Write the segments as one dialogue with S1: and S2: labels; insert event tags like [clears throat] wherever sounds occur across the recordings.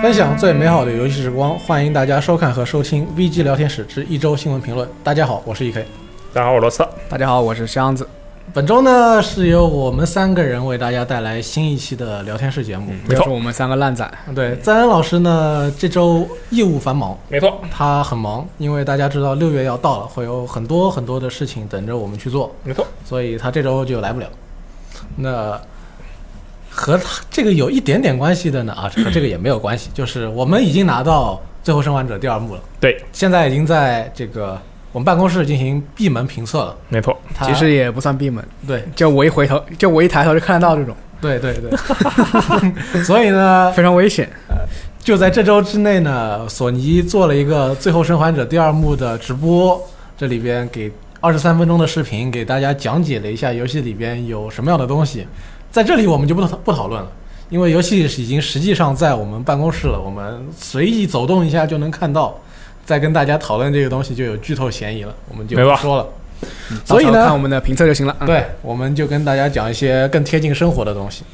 S1: 分享最美好的游戏时光，欢迎大家收看和收听 VG 聊天室之一周新闻评论。大家好，我是 E K。
S2: 大家好，我罗斯。
S3: 大家好，我是箱子。
S1: 本周呢是由我们三个人为大家带来新一期的聊天室节目。
S3: 又是我们三个烂仔，
S1: 对，赞恩老师呢这周义务繁忙，
S2: 没错，
S1: 他很忙，因为大家知道六月要到了，会有很多很多的事情等着我们去做，
S2: 没错，
S1: 所以他这周就来不了。那和他这个有一点点关系的呢啊，和这个也没有关系，就是我们已经拿到《最后生还者》第二幕了，
S2: 对，
S1: 现在已经在这个我们办公室进行闭门评测了。
S2: 没错，
S1: 他
S3: 其实也不算闭门，
S1: 对
S3: 就我一回头，就我一抬头就看得到这种，
S1: 对对对， [laughs] 所以呢，
S3: 非常危险。
S1: 就在这周之内呢，索尼做了一个《最后生还者》第二幕的直播，这里边给二十三分钟的视频给大家讲解了一下游戏里边有什么样的东西，在这里我们就不讨不讨论了。因为游戏已经实际上在我们办公室了，我们随意走动一下就能看到，再跟大家讨论这个东西就有剧透嫌疑了，我们就
S2: 没
S1: 不
S2: 吧
S1: 说了。所以
S3: 到时候看我
S1: 呢，
S3: 们的评测就行了。嗯，
S1: 对，我们就跟大家讲一些更贴近生活的东西，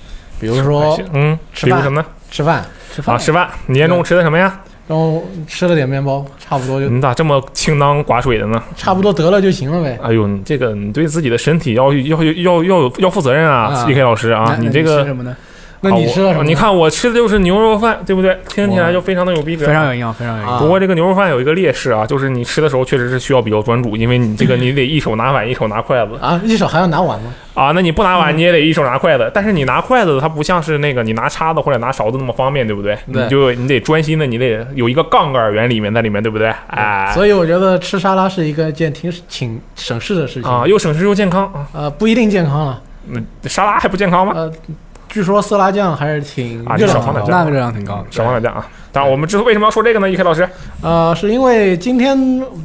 S1: 比如说
S2: 嗯，
S1: 吃
S2: 比
S1: 饭
S2: 如什么呢？
S1: 吃饭，
S3: 吃
S2: 啊，吃饭。你今天中午吃的什么呀？
S1: 然后吃了点面包，差不多就
S2: 你咋这么清汤寡水的呢？
S1: 差不多得了就行了呗。
S2: 哎呦，你这个你对自己的身体要要要要有要负责任啊
S1: 啊
S2: ，E K 老师啊，
S3: 那那
S2: 这
S3: 你吃
S2: 个
S3: 什么呢？
S1: 那
S2: 啊
S1: 你吃了什
S2: 我
S1: 么？
S2: 你，看我吃的就是牛肉饭，对不对？听起来
S3: 哇
S2: 就非常的有逼格，
S3: 非常有营养，非常有营
S1: 啊
S3: 养。
S2: 不过这个牛肉饭有一个劣势啊，就是你吃的时候确实是需要比较专注，因为你这个你得一手拿碗，一手拿筷子
S1: 啊，一手还要拿碗吗？
S2: 啊。那你不拿
S1: 嗯
S2: 碗，你也得一手拿筷子。但是你拿筷子，它不像是那个你拿叉子或者拿勺子那么方便，对不对？
S1: 对
S2: 你就你得专心的，你得有一个杠杆原理里面在里面，对不对？哎，
S1: 所以我觉得吃沙拉是一个件挺挺省事的事情
S2: 啊，又省事又健康啊。
S1: 呃，不一定健康了。
S2: 那沙拉还不健康吗？
S1: 呃，据说色拉酱还是挺
S2: 啊
S1: 热量
S2: 你少放点
S1: 高
S2: 酱
S1: 的。
S3: 那个热量挺高的，
S2: 少放点酱啊。当然，我们之所以为什么要说这个呢？一开老师，
S1: 呃，是因为今天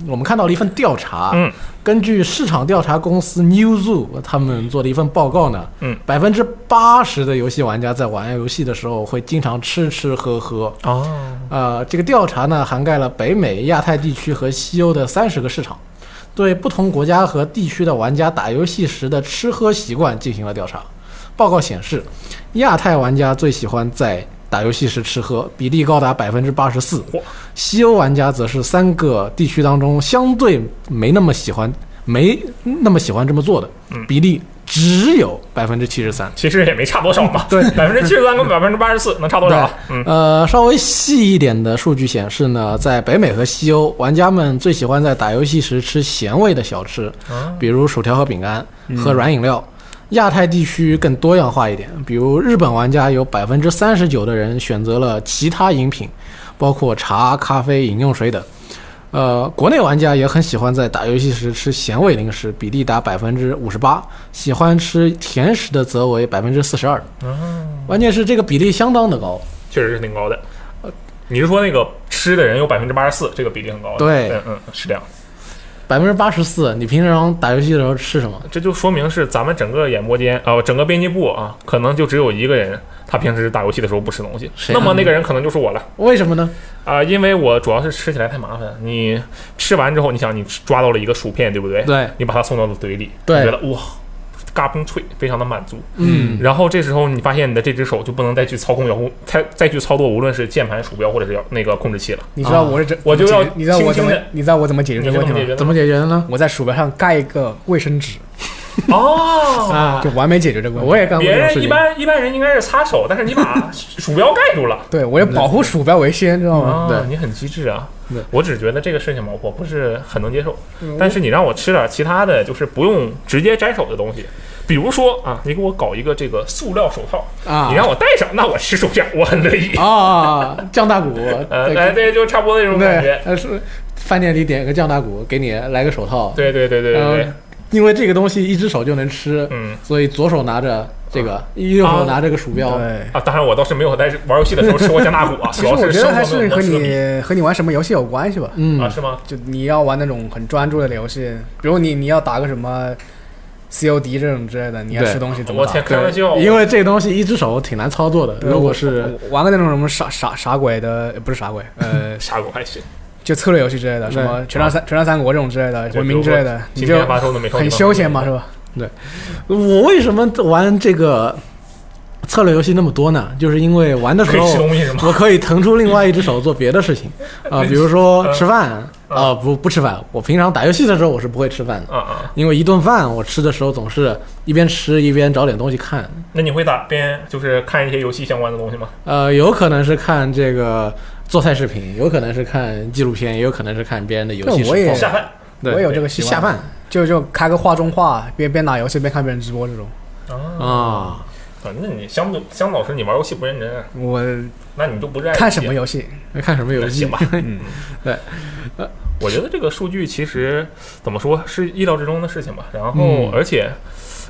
S1: 我们看到了一份调查，
S2: 嗯，
S1: 根据市场调查公司 Newzoo 他们做的一份报告呢，
S2: 嗯，
S1: 百分之八十的游戏玩家在玩游戏的时候会经常吃吃喝喝。
S2: 哦，
S1: 呃，这个调查呢涵盖了北美、亚太地区和西欧的三十个市场，对不同国家和地区的玩家打游戏时的吃喝习惯进行了调查。报告显示，亚太玩家最喜欢在打游戏时吃喝，比例高达百分之八十四
S2: 哇。
S1: 西欧玩家则是三个地区当中相对没那么喜欢，没那么喜欢这么做的，比例只有百分之七十三。
S2: 其实也没差多少嘛，
S1: 对
S2: 百分之七十三跟百分之八十四能差多少啊？嗯，
S1: 呃，稍微细一点的数据显示呢，在北美和西欧，玩家们最喜欢在打游戏时吃咸味的小吃，比如薯条和饼干，和软饮料。亚太地区更多样化一点，比如日本玩家有百分之三十九的人选择了其他饮品，包括茶、咖啡、饮用水等。呃，国内玩家也很喜欢在打游戏时吃咸味零食，比例达百分之五十八；喜欢吃甜食的则为百分之四十二。关键是这个比例相当的高。
S2: 嗯确实是挺高的。呃你是说那个吃的人有百分之八十四，这个比例很高的？
S1: 对
S2: 嗯嗯，是这样。
S1: 百分之八十四，你平常打游戏的时候吃什么？
S2: 这就说明是咱们整个演播间啊、呃整个编辑部啊，可能就只有一个人，他平时打游戏的时候不吃东西。
S1: 谁啊
S2: 那么那个人可能就是我了
S1: 为什么呢？
S2: 啊、因为我主要是吃起来太麻烦。你吃完之后，你想你抓到了一个薯片，对不对？
S1: 对
S2: 你把它送到了嘴里，
S1: 对
S2: 你觉得哇，嘎嘣脆，非常的满足。
S1: 嗯，
S2: 然后这时候你发现你的这只手就不能再去操控遥控， [laughs] 再再去操作无论是键盘、鼠标或者是遥那个控
S1: [laughs]
S2: 制器了。
S3: 你知道我是怎，
S2: 啊我就要
S3: 你知道我怎么
S2: 轻轻，
S3: 你知道我怎么解决
S2: 你
S3: 这
S2: 是
S3: 个
S2: 怎么解
S3: 问题吗？
S2: 决的
S1: 怎么
S2: 呢？
S1: 解决的呢？
S3: 我在鼠标上盖一个卫生纸，
S2: 哦，
S1: 啊，
S3: 就完美解决这个问题。
S1: 我也干过
S2: 别
S1: 这种事
S2: 人一
S1: 情。
S2: 般一般人应该是擦手，但是你把 [laughs] 鼠标盖住了。
S3: 对我要保护鼠标为先，知道吗？
S2: 嗯啊，
S1: 对
S2: 你很机智啊
S1: 对！
S2: 我只觉得这个事情嘛，我不是很能接受。
S3: 嗯
S2: 但是你让我吃点其他的，就是不用直接摘手的东西，比如说啊，你给我搞一个这个塑料手套，
S1: 啊
S2: 你让我戴上，那我吃薯片，我很乐意。
S1: 啊啊，啊酱大骨，
S2: 呃，
S1: 对
S2: [laughs] 哎，对，就差不多那种感
S1: 对
S2: 觉，。
S1: 呃是饭店里点个酱大骨，给你来个手套。
S2: 对对对对对对
S1: 呃，，因为这个东西一只手就能吃，
S2: 嗯
S1: 所以左手拿着这个，右手拿着个鼠标。
S3: 对。
S2: 啊，当然我倒是没有在玩游戏的时候吃过酱大骨
S3: [laughs]
S2: 啊，
S3: 其
S2: 主
S3: 实
S2: 要
S3: 我觉
S2: 生活
S3: 得还
S2: 中
S3: 是
S2: 我
S3: 和
S2: 吃的
S3: 你和你玩什么游戏有关系吧。
S1: 嗯
S2: 啊，是吗？
S3: 就你要玩那种很专注的游戏，比如你你要打个什么 COD 这种之类的，你要
S1: 对
S3: 吃东西怎么
S2: 我
S3: 打？
S2: 天，开玩
S1: 对
S2: 笑，，，
S1: 因为这东西一只手挺难操作的。
S3: 对
S1: 如果
S3: 我
S1: 是
S3: 我玩个那种什么傻傻傻鬼的，呃不是傻鬼，
S2: [laughs]
S3: 呃
S2: 杀狗还行，
S3: 就策略游戏之类的，什么《全战三》《全战三国》这种之类的，
S2: 啊对
S3: 文明之类的，你
S2: 今
S3: 就
S2: 天发售的美少女
S3: 很
S2: 漫画
S3: 休闲嘛，是吧？
S1: 我为什么玩这个策略游戏那么多呢？就是因为玩的
S2: 可
S1: 时
S2: 以
S1: 候，
S2: 吃东西是吗？
S1: 我可以腾出另外一只手做别的事情啊、比如说吃饭啊、
S2: 啊
S1: 不不吃饭。我平常打游戏的时候我是不会吃饭的，
S2: 啊啊！
S1: 因为一顿饭我吃的时候总是一边吃一边找点东西看。
S2: 那你会打边就是看一些游戏相关的东西吗？
S1: 呃，有可能是看这个做菜视频，有可能是看纪录片，也有可能是看别人的游戏
S3: 那我也
S1: 实况。
S2: 下饭
S1: 对
S3: 我也有
S1: 对
S3: 这个习惯
S1: 下饭
S3: 就就开个画中画，边边打游戏边看别人直播这种。
S2: 啊
S1: 啊、
S2: 啊！那你香不香老师，你玩游戏不认真，啊
S3: 我
S2: 那你就不是爱
S3: 看什么
S2: 游
S3: 游戏？
S1: 那看什么游戏
S3: [laughs]
S2: 吧？呃
S3: 嗯，
S2: 我觉得这个数据其实怎么说是意料之中的事情吧。然后，
S1: 嗯
S2: 而且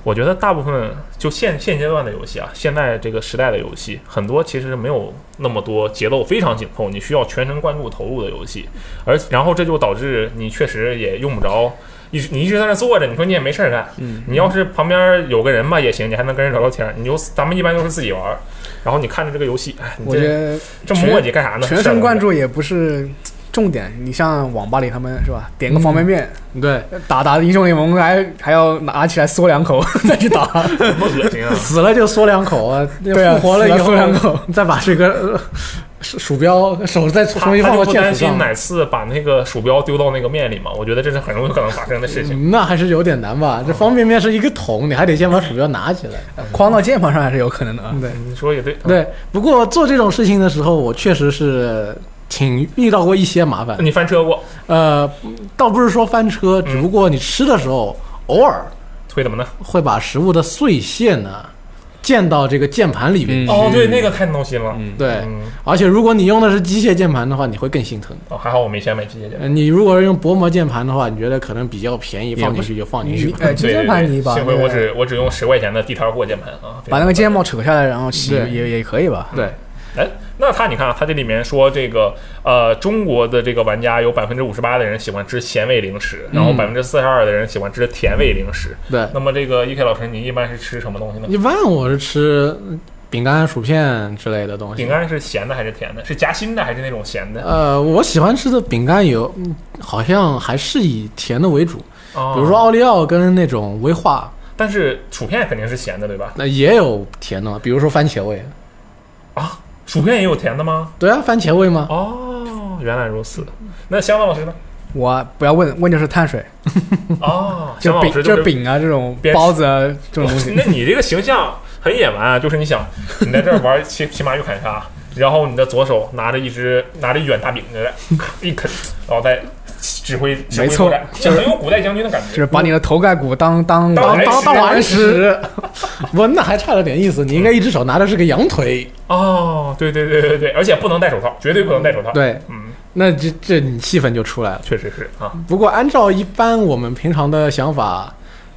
S2: 我觉得大部分就现现阶段的游戏啊，现在这个时代的游戏，很多其实没有那么多节奏非常紧凑，你需要全神贯注投入的游戏。而然后这就导致你确实也用不着。一直你一直在那坐着，你说你也没事儿干。
S3: 嗯，
S2: 你要是旁边有个人吧也行，你还能跟人聊聊天儿。你就咱们一般都是自己玩儿，然后你看着这个游戏，哎，你
S3: 我觉
S2: 这
S3: 得
S2: 这么磨叽干啥呢？
S3: 全
S2: 事儿
S3: 神
S2: 都
S3: 贯
S2: 没有。
S3: 注也不是重点。你像网吧里他们是吧，点个方便面，
S1: 对，
S3: 打打英雄联盟还还要拿起来嗦两口 [laughs] 再去打，
S2: 多
S1: [laughs]
S2: 恶心啊！
S1: 死了就嗦两口
S3: [laughs]
S1: 啊，
S3: 对啊
S1: 复活了以后
S3: 死了嗦两口，
S1: 你再把这个 [laughs] 呃鼠鼠标手再
S2: 他
S1: 重新
S2: 他
S1: 放
S2: 就
S1: 到
S2: 不
S1: 键
S2: 担
S1: 鼠
S2: 心
S1: 上。
S2: 哪次把那个鼠标丢到那个面里嘛？我觉得这是很容易可能发生的事情。
S1: 嗯那还是有点难吧？这方便面是一个桶，你还得先把鼠标拿起
S3: [laughs]
S1: 来。
S3: 框到键盘上还是有可能的啊。
S1: 对
S2: 你说也对，
S1: 对，不过做这种事情的时候，我确实是挺遇到过一些麻烦。
S2: 你翻车过，
S1: 呃，倒不是说翻车，只不过你吃的时候，偶尔
S2: 推怎么呢？
S1: 会把食物的碎屑呢溅到这个键盘里面
S3: 嗯
S1: 去。
S2: 哦，对，那个太闹心了。
S3: 嗯
S1: 对，
S2: 嗯，
S1: 而且如果你用的是机械键盘的话，你会更心疼。
S2: 哦，还好我没钱买机械键。
S1: 呃，你如果用薄膜键盘的话，你觉得可能比较便宜，
S3: 也
S1: 放
S3: 不
S1: 进去就放进去
S3: 你 [laughs]
S1: 吧。
S3: 呃，
S2: 对
S3: 键盘你把
S2: 幸
S3: 那
S2: 亏我
S3: 个
S2: 只我只用十块钱的地摊货键盘啊，
S3: 把那个键帽扯下来，然后洗
S1: 对
S3: 也也可以吧？
S1: 对，
S2: 哎，那他你看啊，他这里面说这个呃，中国的这个玩家有百分之五十八的人喜欢吃咸味零食，然后
S1: 嗯
S2: 百分之四十二的人喜欢吃甜味零食。
S1: 对，
S2: 那么这个 E K 老师，你一般是吃什么东西呢？
S1: 一般我是吃饼干、薯片之类的东西。
S2: 饼干是咸的还是甜的？是夹心的还是那种咸的？
S1: 呃，我喜欢吃的饼干有，嗯好像还是以甜的为主，比
S2: 哦
S1: 如说奥利奥跟那种威化，
S2: 但是薯片肯定是咸的，对吧？
S1: 那也有甜的嘛，比如说番茄味。
S2: 啊，薯片也有甜的吗？
S1: 对啊，番茄味吗？ [laughs]
S2: 哦，原来如此。那香港老师 [laughs] 呢？
S3: 我啊不要问，问就是碳水，
S2: 哦，香
S3: 就
S2: 港老
S3: 饼
S2: 师
S3: 就是
S2: 是。
S3: 饼啊这种
S2: 别
S3: 包子啊这种东西。
S2: [laughs] 那你这个形象很野蛮啊！就是你想，你在这儿玩骑骑马与砍杀，然后你的左手拿着一只拿着一卷大饼子，一啃，然后再指挥指挥
S3: 没
S2: 作
S3: 错
S2: 战，就很有古代将军的感
S3: 就
S2: 觉。
S3: 是把你的头盖骨当当
S2: 当
S1: 当当当
S3: 玩
S1: 玩石，
S3: 啊
S1: 我那还差了点意思。你应该一只手拿的是个羊腿，
S2: 哦，对对对对对，而且不能戴手套，绝对不能戴手套。，
S1: 对，
S2: 嗯，
S1: 那这这你气氛就出来了。
S2: 确实是啊。
S1: 不过按照一般我们平常的想法，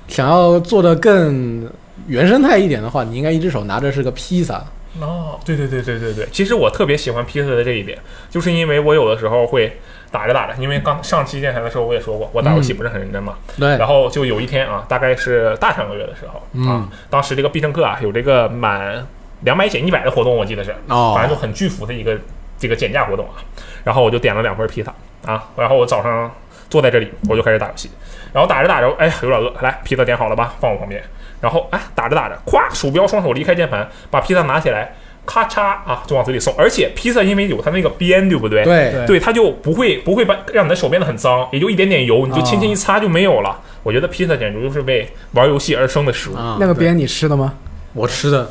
S1: 想要做的更原生态一点的话，你应该一只手拿着是个披萨。
S2: 哦，对对对对对对，其实我特别喜欢披萨的这一点，就是因为我有的时候会打着打着，因为刚上期电台的时候我也说过，我打游戏不是很认真嘛，
S1: 对
S2: 然，后就有一天啊，大概是大上个月的时候、啊
S1: 嗯，
S2: 当时这个必胜客啊有这个满两百减一百的活动，我记得是，
S1: 哦
S2: 反正就很巨幅的一个这个减价活动啊，然后我就点了两份披萨啊，然后我早上坐在这里我就开始打游戏，然后打着打着，哎呀有点饿，来披萨点好了吧，放我旁边，然后哎打着打着，咵鼠标双手离开键盘，把披萨拿起来，咔嚓啊就往嘴里送，而且披萨因为有它那个边，对不对？
S1: 对
S3: 对
S2: 对，它就不会不会把让你的手变得很脏，也就一点点
S1: 啊
S2: 油，你就轻轻一擦就没有了。我觉得披萨简直就是为玩游戏而生的食物，
S1: 啊，
S3: 那个边你吃的吗？
S1: 我吃的，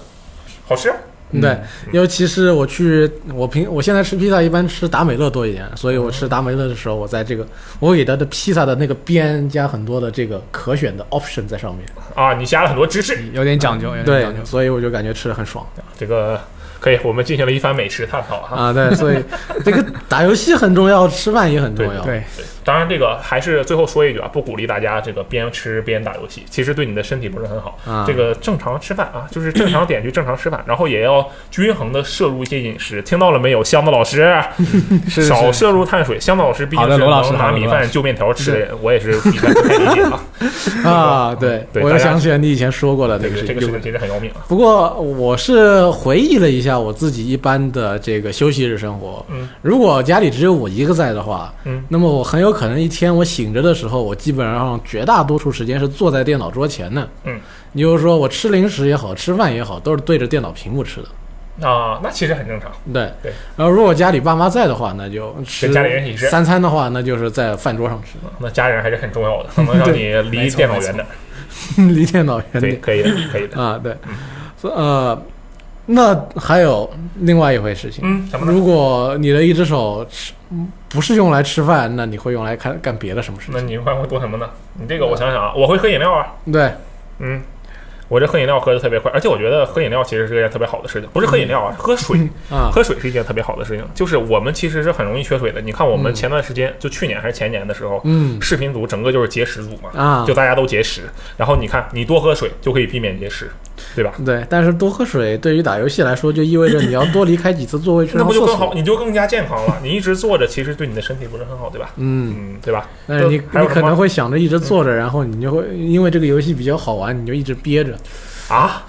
S2: 好吃。
S1: 对，尤其是我去，我平我现在吃披萨一般吃达美乐多一点，所以我吃达美乐的时候，我在这个我给它的披萨的那个边加很多的这个可选的 option 在上面，
S2: 啊，你加了很多芝士，
S3: 有点讲究，有点
S1: 对
S3: 哎讲究，。
S1: 所以我就感觉吃的很爽
S2: 这个可以，我们进行了一番美食探讨啊。
S1: 啊，对，所以这个打游戏很重要，吃饭也很重要，
S3: 对， [laughs]
S2: 对当然这个还是最后说一句啊，不鼓励大家这个边吃边打游戏，其实对你的身体不是很好。
S1: 啊
S2: 这个正常吃饭啊， [coughs] 就是正常点去正常吃饭，然后也要均衡的摄入一些饮食。听到了没有，箱子老师？
S3: 是
S2: 少
S3: 是是。
S2: 摄入碳水。香港老师毕竟
S3: 好
S2: 是
S3: 的罗老师
S2: 能
S3: 好
S2: 拿
S3: 的
S2: 米
S3: 罗老
S2: 饭
S3: 师
S2: 就面条吃的人，我也是比较不太理
S3: [laughs]
S2: 解啊。
S1: 啊，对，
S2: 对
S1: 我
S2: 大
S1: 又
S2: 家
S1: 想起来你以前说过的那
S2: 这
S1: 个
S2: 个
S1: 事
S2: 这
S1: 情
S2: 个，事情其实很要命啊。
S1: 不过我是回忆了一下下我自己一般的这个休息日生活。
S2: 嗯，
S1: 如果家里只有我一个在的话，
S2: 嗯，
S1: 那么我很有可能一天我醒着的时候，我基本上绝大多数时间是坐在电脑桌前的。
S2: 嗯，
S1: 也就是说，我吃零食也好，吃饭也好，都是对着电脑屏幕吃的。
S2: 啊，那其实很正常。
S1: 对
S2: 对。
S1: 然后如果家里爸妈在的话，那就吃
S2: 跟家里人一起吃
S1: 三餐的话，那就是在饭桌上吃，
S2: 那家人还是很重
S3: [laughs]
S2: 要的，能不能让你离
S3: 没错
S2: 电脑远点儿。嗯
S1: 离电脑远
S2: 可以，
S1: 点
S2: 可以的，可以的。
S1: 啊。对，所呃，那还有另外一回事情。
S2: 嗯，什么呢？
S1: 如果你的一只手吃嗯不是用来吃饭，那你会用来看干别的什么事
S2: 那
S1: 情？
S2: 你还会做什么呢？你这个我想想啊，我会喝饮料啊，
S1: 对，
S2: 嗯，我这喝饮料喝的特别快，而且我觉得喝饮料其实是一件特别好的事情，不是喝饮料啊，喝水，
S1: 啊，
S2: 喝水是一件特别好的事情。就是我们其实是很容易缺水的，你看我们
S1: 嗯
S2: 前段时间就去年还是前年的时候，
S1: 嗯
S2: 视频组整个就是节食组嘛，
S1: 啊
S2: 就，大家都节食，然后你看你多喝水就可以避免节食，对吧？
S1: 对。但是多喝水对于打游戏来说，就意味着你要多离开几次座
S2: [clears throat]
S1: 位去
S2: 那
S1: 上
S2: 不
S1: 厕
S2: 就更好？
S1: 所。
S2: 你就更加健康了。你一直坐着，其实对你的身体不是很好，对吧？
S1: 嗯，
S2: 嗯，对吧？
S1: 但是你
S2: 还
S1: 你
S2: 有什
S1: 可
S2: 么
S1: 能会想着一直坐着，然后你就会因为这个游戏比较好玩，你就一直憋着，
S2: 啊，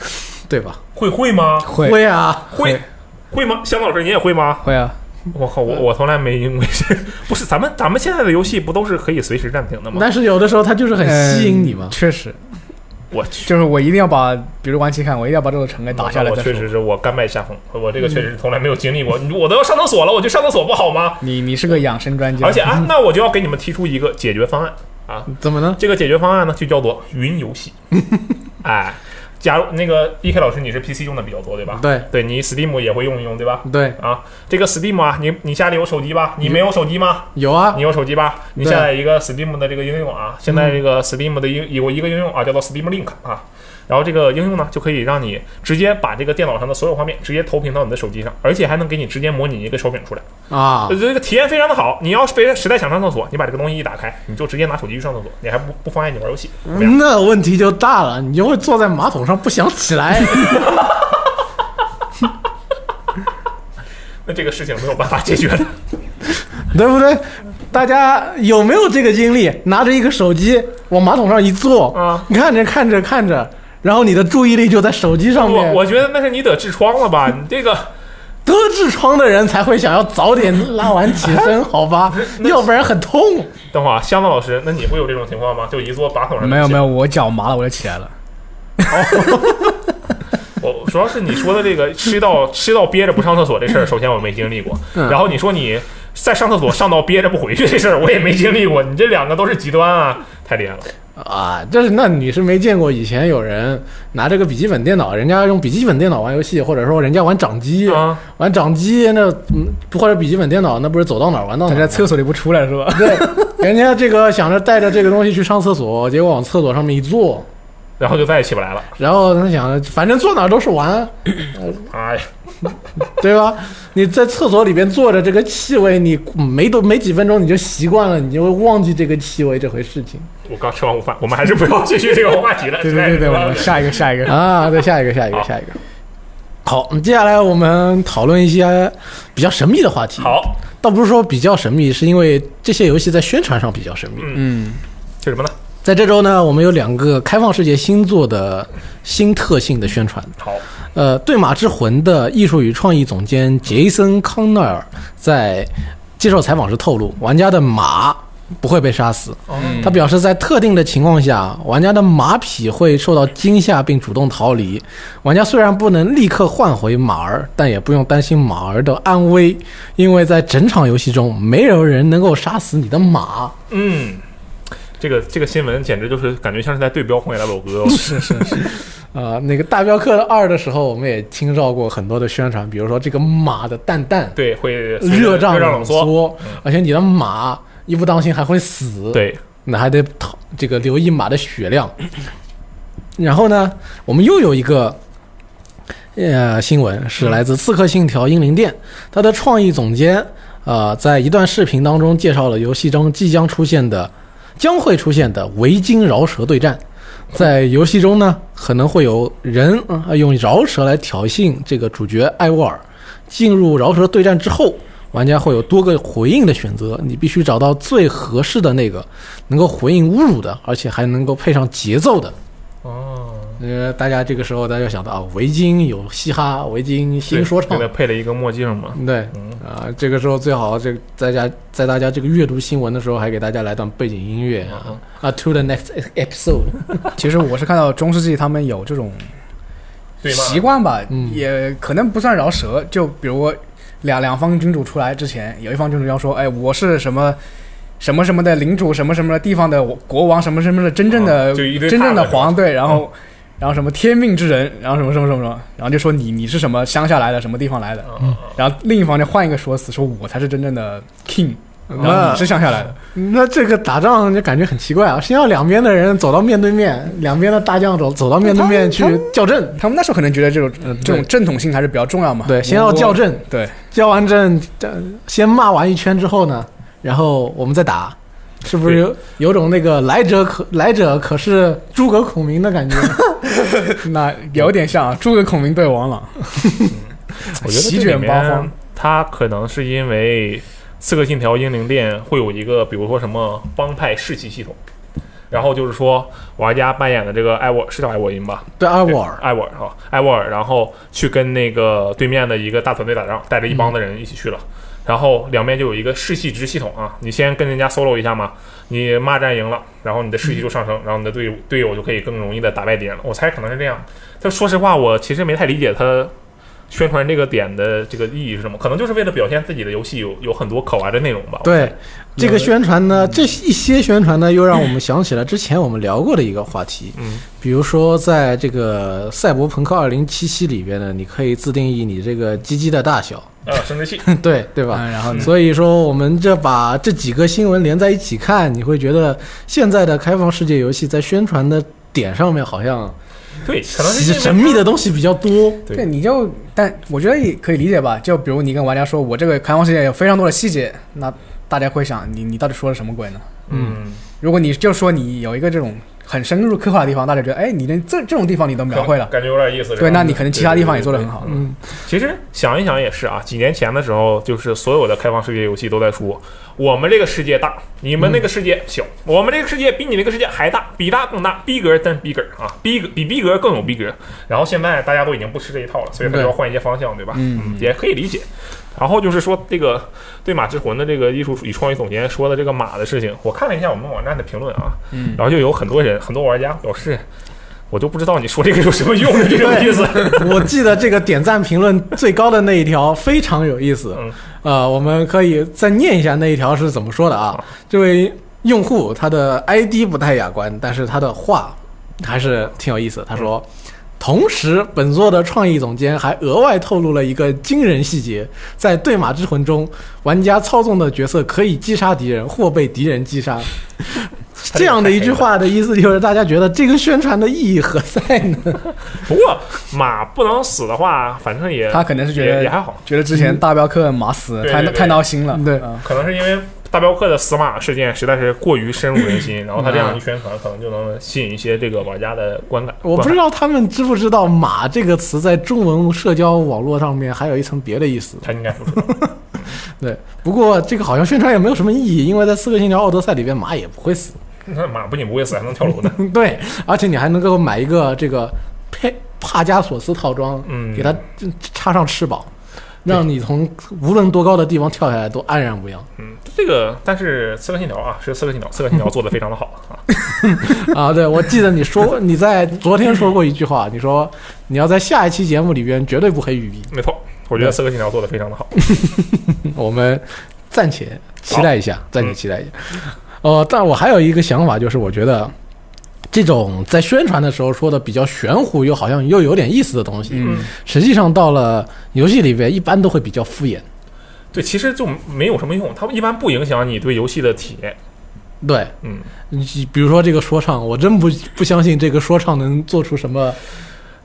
S1: 对吧？
S2: 会会吗？
S3: 会
S1: 会啊，
S2: 会会吗？香老师，你也会吗？
S3: 会啊，
S2: 我靠，我我从来没因为这， [laughs] 不是咱们咱们现在的游戏不都是可以随时暂停的吗？
S1: 但是有的时候它就是很吸引你嘛
S3: 嗯。确实，
S2: 我去，
S3: 就是我一定要把，比如玩期看，我一定要把这座城给打下来
S2: 我
S3: 再
S2: 确
S3: 说。嗯
S2: 实是我甘拜下风，我这个确实是从来没有经历过。我都要上厕所了，我去上厕所不好吗？
S3: 你你是个养生专家，
S2: 而且啊，那我就要给你们提出一个解决方案啊，
S1: 怎么呢？
S2: 这个解决方案呢就叫做云游
S3: [laughs]
S2: 戏。哎，假如那个 E K 老师你是 PC 用的比较多对吧？
S1: 对
S2: 对你 Steam 也会用一用对吧？
S1: 对，
S2: 啊，这个 Steam 啊，你你家里有手机吧？你没有手机吗？
S1: 有啊
S2: 你，有手机吧？你下
S1: 对
S2: 载一个 Steam 的这个应用啊，现在这个 Steam 的应有一个应用啊，叫做 Steam Link 啊。然后这个应用呢，就可以让你直接把这个电脑上的所有画面直接投屏到你的手机上，而且还能给你直接模拟一个手柄出来，
S1: 啊
S2: 呃，这个体验非常的好。你要是非实在想上厕所，你把这个东西一打开，你就直接拿手机去上厕所，你还不不妨碍你玩游戏，怎么样？
S1: 那问题就大了，你就会坐在马桶上不想起来。
S2: 那这个事情没有办法解决
S1: 嗯
S2: 的。
S1: 对不对？大家有没有这个经历？拿着一个手机往马桶上一坐，
S2: 啊
S1: 你看着看着看着，然后你的注意力就在手机上
S2: 我
S1: 面。
S2: 我觉得那是你得痔疮了吧？你这个
S1: 得痔疮的人才会想要早点拉完起身，好
S2: [laughs]
S1: 吧？要不然很痛。
S2: 等会儿啊，箱子老师，那你会有这种情况吗？就一坐马桶上
S3: 没有没
S2: 有。
S3: 有，我脚麻了我就起来了。
S2: 我主要是你说的这个吃到吃到憋着不上厕所这事儿，首先我没经历过。
S1: 嗯
S2: 然后你说你在上厕所上到憋着不回去这事儿，我也没经历过。你这两个都是极端啊，太厉害了。
S1: 啊，这是那你是没见过以前有人拿这个笔记本电脑，人家用笔记本电脑玩游戏，或者说人家玩掌机，
S2: 啊，
S1: 玩掌机那嗯或者笔记本电脑，那不是走到哪儿
S2: 哦
S1: 玩到哪
S3: 他
S1: 儿
S2: [laughs]
S3: 在
S1: 吗。
S3: 厕所里不出来是吧？
S1: 对，人家这个想着带着这个东西去上厕所，结果往厕所上面一坐，
S2: 然后就再也起不来了。
S1: 然后他想，反正坐哪儿都是玩，
S2: 哎呀，
S1: 对吧？你在厕所里边坐着，这个气味你没多没几分钟你就习惯了，你就会忘记这个气味这回事情
S2: 我刚吃完午饭，我们还是不要继续这个话题了。
S3: 对对对对，
S2: 实
S3: 我
S2: 在是
S3: 们下一个下一个。
S1: 啊。对，下一个，下一个，
S2: 好
S1: 下一个。好，接下来我们讨论一些比较神秘的话题。，
S2: 好，
S1: 倒不是说比较神秘，是因为这些游戏在宣传上比较神秘。
S2: 嗯，
S3: 嗯，
S2: 这什么呢？
S1: 在这周呢，我们有两个开放世界新作的新特性的宣传。
S2: 好，
S1: 呃，《对马之魂》的艺术与创意总监杰森·康奈尔在接受采访时透露，玩家的马不会被杀死。
S2: 嗯
S1: 他表示，在特定的情况下，玩家的马匹会受到惊吓并主动逃离。玩家虽然不能立刻换回马儿，但也不用担心马儿的安危，因为在整场游戏中，没有人能够杀死你的马。
S2: 嗯。这个这个新闻简直就是感觉像是在对标《荒野大狗哥》
S3: 是是是，
S1: 呃，那个《大镖客二》的时候，我们也听到过很多的宣传，比如说这个马的蛋蛋。
S2: 对，会
S1: 热
S2: 胀
S1: 胀
S2: 冷缩，嗯
S1: 缩，而且你的马一不当心还会死，，
S2: 对，
S1: 那还得讨这个留意马的血量。然后呢，我们又有一个呃新闻是来自《刺客信条：英灵殿》，它的创意总监呃在一段视频当中介绍了游戏中即将出现的、将会出现的维京饶舌对战。在游戏中呢，可能会有人呃用饶舌来挑衅这个主角艾沃尔。进入饶舌对战之后，玩家会有多个回应的选择，你必须找到最合适的那个能够回应侮辱的，而且还能够配上节奏的。
S2: 哦，
S1: 呃，大家这个时候大家就想到啊，维京有嘻哈，维京新说唱
S2: 给，他配了一个墨镜嘛，
S1: 对
S2: 嗯，
S1: 啊、这个时候最好这大家在大家这个阅读新闻的时候，还给大家来段背景音乐啊
S2: 嗯
S1: 啊，to the next episode，
S3: 其实我是看到中世纪他们有这种
S2: 对吗？
S3: 习惯吧，
S1: 嗯
S3: 也可能不算饶舌。就比如两两方君主出来之前，有一方君主要说：“哎，我是什么什么什么的领主，什么什么的地方的国王，什么什么的真正的、
S2: 啊就一堆
S3: 真正的
S2: 大嗯
S3: 皇对，然后、然后什么天命之人，然后什么什么什么什么，然后就说你你是什么乡下来的，什么地方来的。
S2: 啊，啊啊
S3: 然后另一方就换一个说辞，说我才是真正的 king，然后
S1: 那
S3: 你是乡下来的。
S1: 啊那这个打仗就感觉很奇怪啊！先要两边的人走到面对面，两边的大将走走到面对面去
S3: 他们
S1: 校正，
S3: 他们那时候可能觉得这种
S1: 嗯，
S3: 这种正统性还是比较重要嘛。
S1: 对，对先要
S3: 我
S1: 校正，
S3: 对，
S1: 校完正，呃先骂完一圈之后呢，然后我们再打，是不是有有种那个来者可来者可是诸葛孔明的感 [laughs] 觉？
S3: 那有点像啊诸葛孔明对王朗。
S2: [laughs] 我觉得
S3: 席
S2: 这里
S3: 卷八
S2: 面
S3: 方
S2: 它可能是因为《刺客信条：英灵殿》会有一个，比如说什么帮派士气系统，然后就是说玩家扮演的这个艾沃是叫艾沃因吧？
S1: 对，啊阿
S2: 对
S1: 瓦尔，
S2: 艾沃尔哈，艾沃尔，然后去跟那个对面的一个大团队打仗，带着一帮的人一起去了。然后两边就有一个士气值系统啊，你先跟人家 solo 一下嘛，你骂战赢了，然后你的士气就上升，然后你的队友队友就可以更容易的打败敌人了。我猜可能是这样。但说实话，我其实没太理解他宣传这个点的这个意义是什么，可能就是为了表现自己的游戏有有很多可玩的内容吧。
S1: 对，嗯这个宣传呢，这一些宣传呢，又让我们想起了之前我们聊过的一个话题，
S2: 嗯，
S1: 比如说在这个《赛博朋克2077》里边呢，你可以自定义你这个鸡鸡的大小，
S2: 啊，生殖器，
S1: [laughs] 对对吧？
S3: 嗯，然后呢？
S1: 所以说，我们这把这几个新闻连在一起看，你会觉得现在的开放世界游戏在宣传的点上面好像
S2: 对，可能是因为
S1: 神秘的东西比较多。
S2: 对
S3: 对，你就，但我觉得也可以理解吧。就比如你跟玩家说，我这个开放世界有非常多的细节，那大家会想，你你到底说的什么鬼呢？
S2: 嗯，
S3: 如果你就说你有一个这种很深入刻画的地方，大家觉得，哎，你连这这种地方你都描绘了，
S2: 感觉有点意思。
S3: 对，那你肯定其他地方也做得很
S2: 好。
S3: 好。
S1: 嗯，
S2: 其实想一想也是啊，几年前的时候，就是所有的开放世界游戏都在说，我们这个世界大，你们那个世界小，我们这个世界比你那个世界还大，比大更大，逼格但逼格啊，逼格比逼格更有逼格。然后现在大家都已经不吃这一套了，所以他就要换一些方向，对吧？
S3: 嗯，
S2: 也可以理解。然后就是说这个对马之魂的这个艺术与创意总监说的这个马的事情，我看了一下我们网站的评论啊，
S3: 嗯
S2: 然后就有很多人很多玩家表示。我就不知道你说这个有什么用的这种意思，
S1: [laughs] 我记得这个点赞评论最高的那一条非常有意思
S2: 嗯，
S1: 呃，我们可以再念一下那一条是怎么说的啊
S2: 好？
S1: 这位用户他的 ID 不太雅观，但是他的话还是挺有意思。他说。同时，本作的创意总监还额外透露了一个惊人细节：在《对马之魂》中，玩家操纵的角色可以击杀敌人或被敌人击杀。这样的一句话的意思就是，大家觉得这个宣传的意义何在呢？
S2: [laughs] 不过马不能死的话，反正也
S3: 他可能是觉
S2: 也也
S3: 得
S2: 还好，嗯
S3: 觉得之前大镖客马死
S2: 对
S3: 太
S2: 对对
S3: 太闹心了，
S1: 对
S3: 嗯
S2: 可能是因为大镖客的死马事件实在是过于深入人心，然后他这样一宣传，可能就能吸引一些这个玩家的观感。
S1: 我不知道他们知不知道“马”这个词在中文社交网络上面还有一层别的意思。
S2: 观感他应该不知道。
S1: 对，不过这个好像宣传也没有什么意义，因为在《刺客信条：奥德赛》里边，马也不会死。 [laughs]
S2: 那马不仅不会死，还能跳楼呢。
S1: 对，而且你还能够买一个这个佩帕加索斯套装，
S2: 嗯，
S1: 给它插上翅膀，让你从无论多高的地方跳下来都安然无恙 [laughs]
S2: 嗯，这个但是《刺客信条》啊，是《刺客信条》，《刺客信条》做的非常的好啊。
S1: 啊！对，我记得你说过，你在昨天说过一句话，你说你要在下一期节目里边绝对不黑雨衣。
S2: 没错，我觉得《
S1: 对
S2: 刺客信条》做的非常的好。
S1: 嗯我们暂且期待一下，
S2: 嗯
S1: 暂且期待一下。呃，但我还有一个想法，就是我觉得这种在宣传的时候说的比较玄乎，又好像又有点意思的东西，
S3: 嗯，
S1: 实际上到了游戏里边，一般都会比较敷衍。
S2: 对，其实就没有什么用，它一般不影响你对游戏的体验。
S1: 对，
S2: 嗯，
S1: 你比如说这个说唱，我真不不相信这个说唱能做出什么。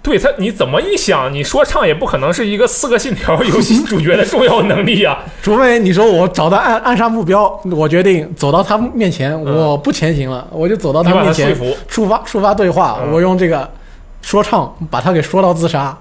S2: 对他，你怎么一想，你说唱也不可能是一个《刺客信条》游戏主角的重要能力啊。
S1: 除非你说我找到暗暗杀目标，我决定走到他面前，
S2: 嗯
S1: 我不前行了，我就走到
S2: 你
S1: 哦他
S2: 把
S1: 面
S2: 他说
S1: 前，
S2: 服，
S1: 触发触发对话，
S2: 嗯
S1: 我用这个说唱把他给说到自杀。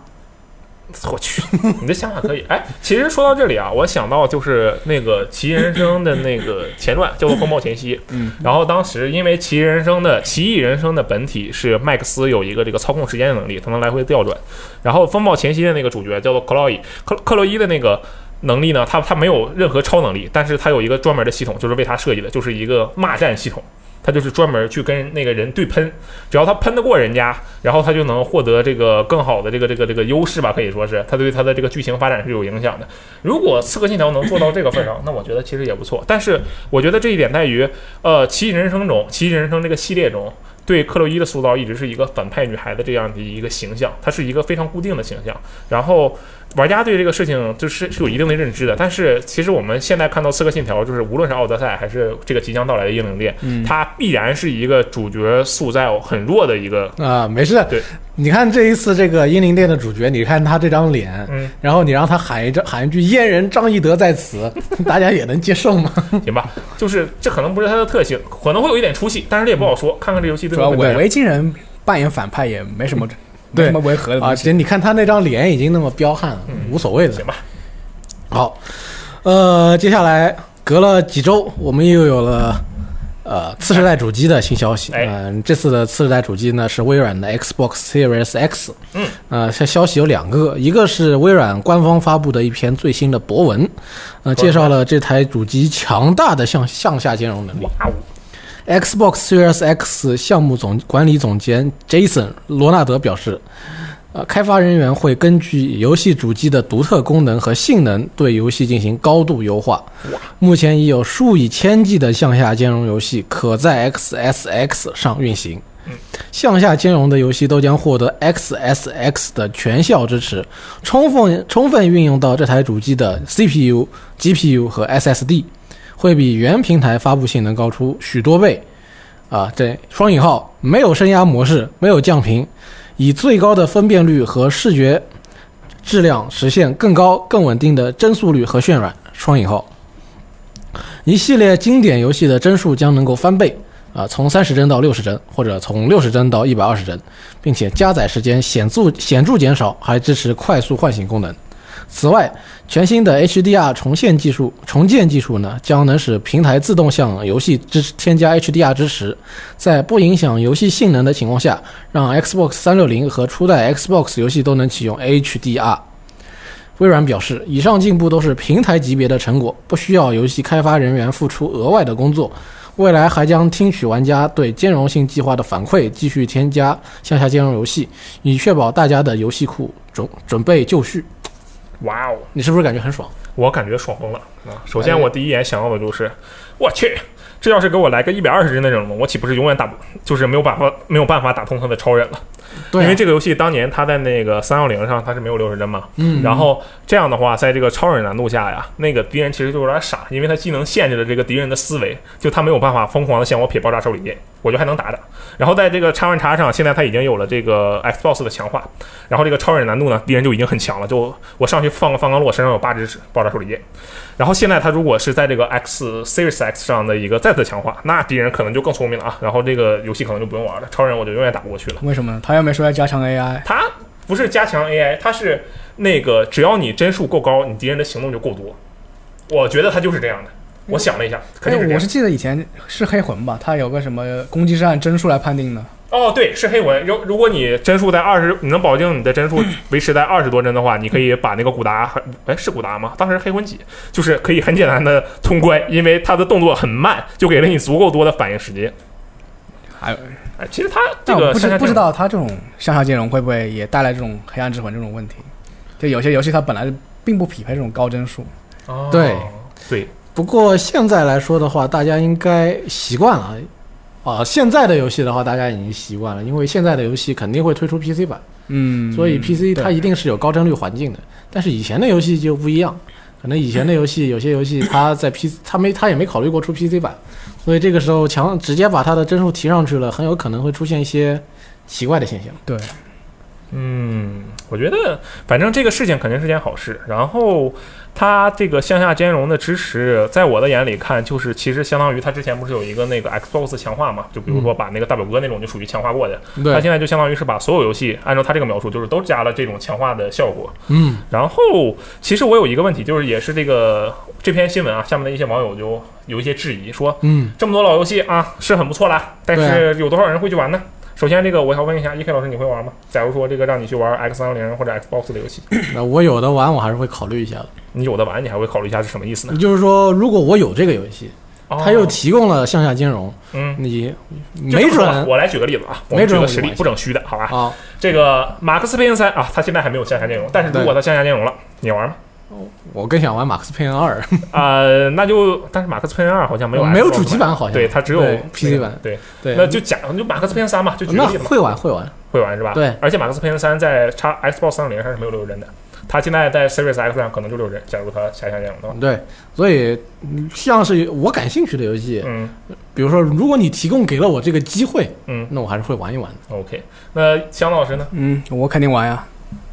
S2: 我去， [laughs] 你这想法可以。哎，其实说到这里啊，我想到就是那个《奇异人生》的那个前传，叫做《风暴前夕》。
S3: 嗯。
S2: 然后当时因为《奇异人生》的《奇异人生》的本体是麦克斯有一个这个操控时间的能力，他能来回调转。然后《风暴前夕》的那个主角叫做克洛伊，克克洛伊的那个能力呢，他他没有任何超能力，但是他有一个专门的系统，就是为他设计的，就是一个骂战系统。他就是专门去跟那个人对喷，只要他喷得过人家，然后他就能获得这个更好的这个这个这个优势吧，可以说是他对他的这个剧情发展是有影响的。如果《刺客信条》能做到这个份儿上，那我觉得其实也不错。但是我觉得这一点在于，呃，《奇异人生》中，《奇异人生》这个系列中。对克洛伊的塑造一直是一个反派女孩的这样的一个形象，她是一个非常固定的形象。然后玩家对这个事情就是是有一定的认知的，但是其实我们现在看到《刺客信条》，就是无论是奥德赛还是这个即将到来的英灵殿，
S3: 嗯
S2: 它必然是一个主角塑造很弱的一
S3: [laughs]
S2: 个，
S1: 啊、没事。
S2: 对，
S1: 你看这一次这个英灵殿的主角，你看他这张脸，
S2: 嗯，
S1: 然后你让他喊一张喊一句“阉人张翼德在此”， [laughs] 大家也能接受吗？
S2: 行吧，就是这可能不是它的特性，可能会有一点出戏，但是这也不好说，看看这游戏最
S3: 主
S2: 后
S3: 要
S2: 会怎
S3: 伪
S2: 么样。
S3: 维京人扮演反派也没什么，没
S1: 对
S3: 什么违和的
S1: 而
S2: 啊
S3: 东西。
S1: 啊且你看他那张脸已经那么彪悍了，
S2: 嗯
S1: 无所谓的。
S2: 行吧，
S1: 好，呃，接下来隔了几周，我们又有了呃次世代主机的新消息。
S2: 哎
S1: 嗯、这次的次世代主机呢是微软的 Xbox Series X。
S2: 嗯，
S1: 呃，消消息有两个，一个是微软官方发布的一篇最新的博文，呃，介绍了这台主机强大的向向下兼容能力。
S2: 哇哦，
S1: Xbox Series X 项目总管理总监 Jason 罗纳德表示，呃，开发人员会根据游戏主机的独特功能和性能对游戏进行高度优化
S2: 哇。
S1: 目前已有数以千计的向下兼容游戏可在 XSX 上运行
S2: 嗯。
S1: 向下兼容的游戏都将获得 XSX 的全效支持，充分充分运用到这台主机的 CPU、GPU 和 SSD，会比原平台发布性能高出许多倍。啊，这双引号没有升压模式，没有降频，以最高的分辨率和视觉质量实现更高、更稳定的帧速率和渲染。双引号，一系列经典游戏的帧数将能够翻倍啊，从三十帧到六十帧，或者从六十帧到一百二十帧，并且加载时间显著显著减少，还支持快速唤醒功能。此外，全新的 HDR 重现技术重建技术呢，将能使平台自动向游戏支添加 HDR 支持，在不影响游戏性能的情况下，让 Xbox 360和初代 Xbox 游戏都能启用 HDR。微软表示，以上进步都是平台级别的成果，不需要游戏开发人员付出额外的工作。未来还将听取玩家对兼容性计划的反馈，继续添加向下兼容游戏，以确保大家的游戏库准准备就绪。
S2: 哇哦。
S1: 你是不是感觉很爽？
S2: 我感觉爽疯了啊！首
S1: 哎
S2: 先，我第一眼想到的就是，我去，这要是给我来个一百二十帧的阵容，我岂不是永远打不，就是没有办法没有办法打通他的超人了？
S1: 对啊、
S2: 因为这个游戏当年它在那个三六零上它是没有六十帧嘛，
S1: 嗯，
S2: 然后这样的话，在这个超人难度下呀，那个敌人其实就有点傻，因为他技能限制了这个敌人的思维，就他没有办法疯狂的向我撇爆炸手里剑，我就还能打打。然后在这个叉 One 叉上，现在他已经有了这个 Xbox 的强化，然后这个超人难度呢，敌人就已经很强了，就我上去放个放钢落，身上有八支爆炸手里剑。然后现在他如果是在这个 X Series X 上的一个再次强化，那敌人可能就更聪明了啊，然后这个游戏可能就不用玩了，超人我就永远打不过去了。
S3: 为什么呢？他又没说要加强 AI，
S2: 它不是加强 AI，它是那个只要你帧数够高，你敌人的行动就够多。我觉得它就是这样的。我想了一下，肯定是这
S3: 哎，我
S2: 样
S3: 是。记得以前是黑魂吧，它有个什么攻击是按帧数来判定的。
S2: 哦，对，是黑魂。如如果你帧数在二十，你能保证你的
S3: [clears throat]
S2: 帧数维持在二十多帧的话，你可以把那个古达，哎，是古达吗？当时黑魂几，就是可以很简单的通关，因为它的动作很慢，就给了你足够多的反应时间。
S3: 还有，
S2: 哎，其实它这
S3: 但我
S2: 个
S3: 不
S2: 上
S3: 知
S2: 下
S3: 不
S2: 这种
S3: 知道它这种向下兼容会不会也带来这种黑暗之魂这种问题？就有些游戏它本来并不匹配这种高帧数。
S2: 哦
S1: 对
S2: 对，
S1: 不过现在来说的话，大家应该习惯了。啊，现在的游戏的话，大家已经习惯了，因为现在的游戏肯定会推出 PC 版，
S3: 嗯，
S1: 所以 PC 它
S3: 对
S1: 一定是有高帧率环境的。但是以前的游戏就不一样，可能以前的游戏有些游戏它在 PC 它没它也没考虑过出 PC 版，所以这个时候强直接把它的帧数提上去了，很有可能会出现一些奇怪的现象。
S3: 对，
S2: 嗯，我觉得反正这个事情肯定是件好事。然后它这个向下兼容的支持，在我的眼里看，就是其实相当于它之前不是有一个那个 Xbox 强化嘛？就比如说把那个大表哥那种就属于强化过的，它
S1: 对，
S2: 现在就相当于是把所有游戏按照它这个描述，就是都加了这种强化的效果。
S1: 嗯
S2: 然后，其实我有一个问题，就是也是这个这篇新闻啊，下面的一些网友就有一些质疑，说
S1: 嗯，
S2: 这么多老游戏啊是很不错啦，但是
S1: 啊
S2: 有多少人会去玩呢？首先，这个我想问一下，E.K 老师，你会玩吗？假如说这个让你去玩 X 三零或者 Xbox 的
S1: [coughs]
S2: 游戏，
S1: 那嗯呃我有的玩，我还是会考虑一下的。
S2: 你有的玩，你还会考虑一下是什么意
S3: 嗯
S2: 思呢？
S1: 就是说，如果我有这个游戏，
S2: 哦
S1: 它又提供了向下兼容，
S2: 嗯，
S1: 你
S2: 就
S1: 没
S2: 这么说吧
S1: 准
S2: 我来举个例子啊，我
S1: 没
S2: 们举
S1: 准我
S2: 个实例
S1: 就玩
S2: 不整虚的，好吧？
S1: 啊，
S2: 这个马克思佩恩三啊，它现在还没有向下兼容，但是如果它向下兼容了，你玩吗？
S1: 我更想玩马克思佩恩二，
S2: 呃，那就但是马克思佩恩二好像没有
S1: 没有
S2: Xbox
S1: 主机版好像
S2: 对，它只有
S1: 对
S2: 那个
S1: PC 版
S2: 对，
S1: 对，
S2: 那就假你就马克思佩恩三嘛，就举个
S1: 那
S2: 例子嘛，
S1: 会玩会玩，
S2: 会玩是吧？
S1: 对
S2: 而且马克思佩恩三在叉 Xbox 三六零上是没有六十帧的，它现在在 Series X 上可能就六十帧，假如它下下兼容的话，
S1: 对，所以嗯像是我感兴趣的游戏，
S2: 嗯
S1: 比如说，如果你提供给了我这个机会，
S2: 嗯
S1: 那我还是会玩一玩的。
S2: ，OK，那香老师呢？
S3: 嗯，我肯定玩呀。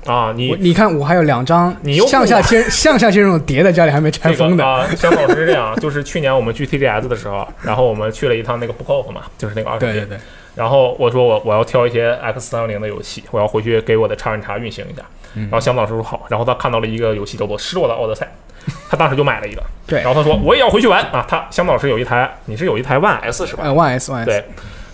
S2: 啊，
S3: 我
S2: 你
S3: 你看，我还有两张
S2: 你又不
S3: 向下
S2: [laughs]
S3: 兼向下兼容的碟在家里还没拆
S2: 这
S3: 封
S2: 个
S3: 的。
S2: 啊，香老师是这样， [laughs] 就是去年我们去 TGS 的时候，然后我们去了一趟那个 Book Off 嘛，就是那个二手
S3: 对
S2: 店
S3: 对，对，
S2: 然后我说我我要挑一些 X 三六零的游戏，我要回去给我的叉 N 叉运行一下。
S3: 嗯
S2: 然后香子老师说好，然后他看到了一个游戏叫做《失落的奥德赛》，他当时就买了一个。
S3: 对
S2: 然后他说我也要回去玩啊。他香子老师有一台，你是有一台 One S 是吧？
S3: 呃，One S One S，
S2: 对。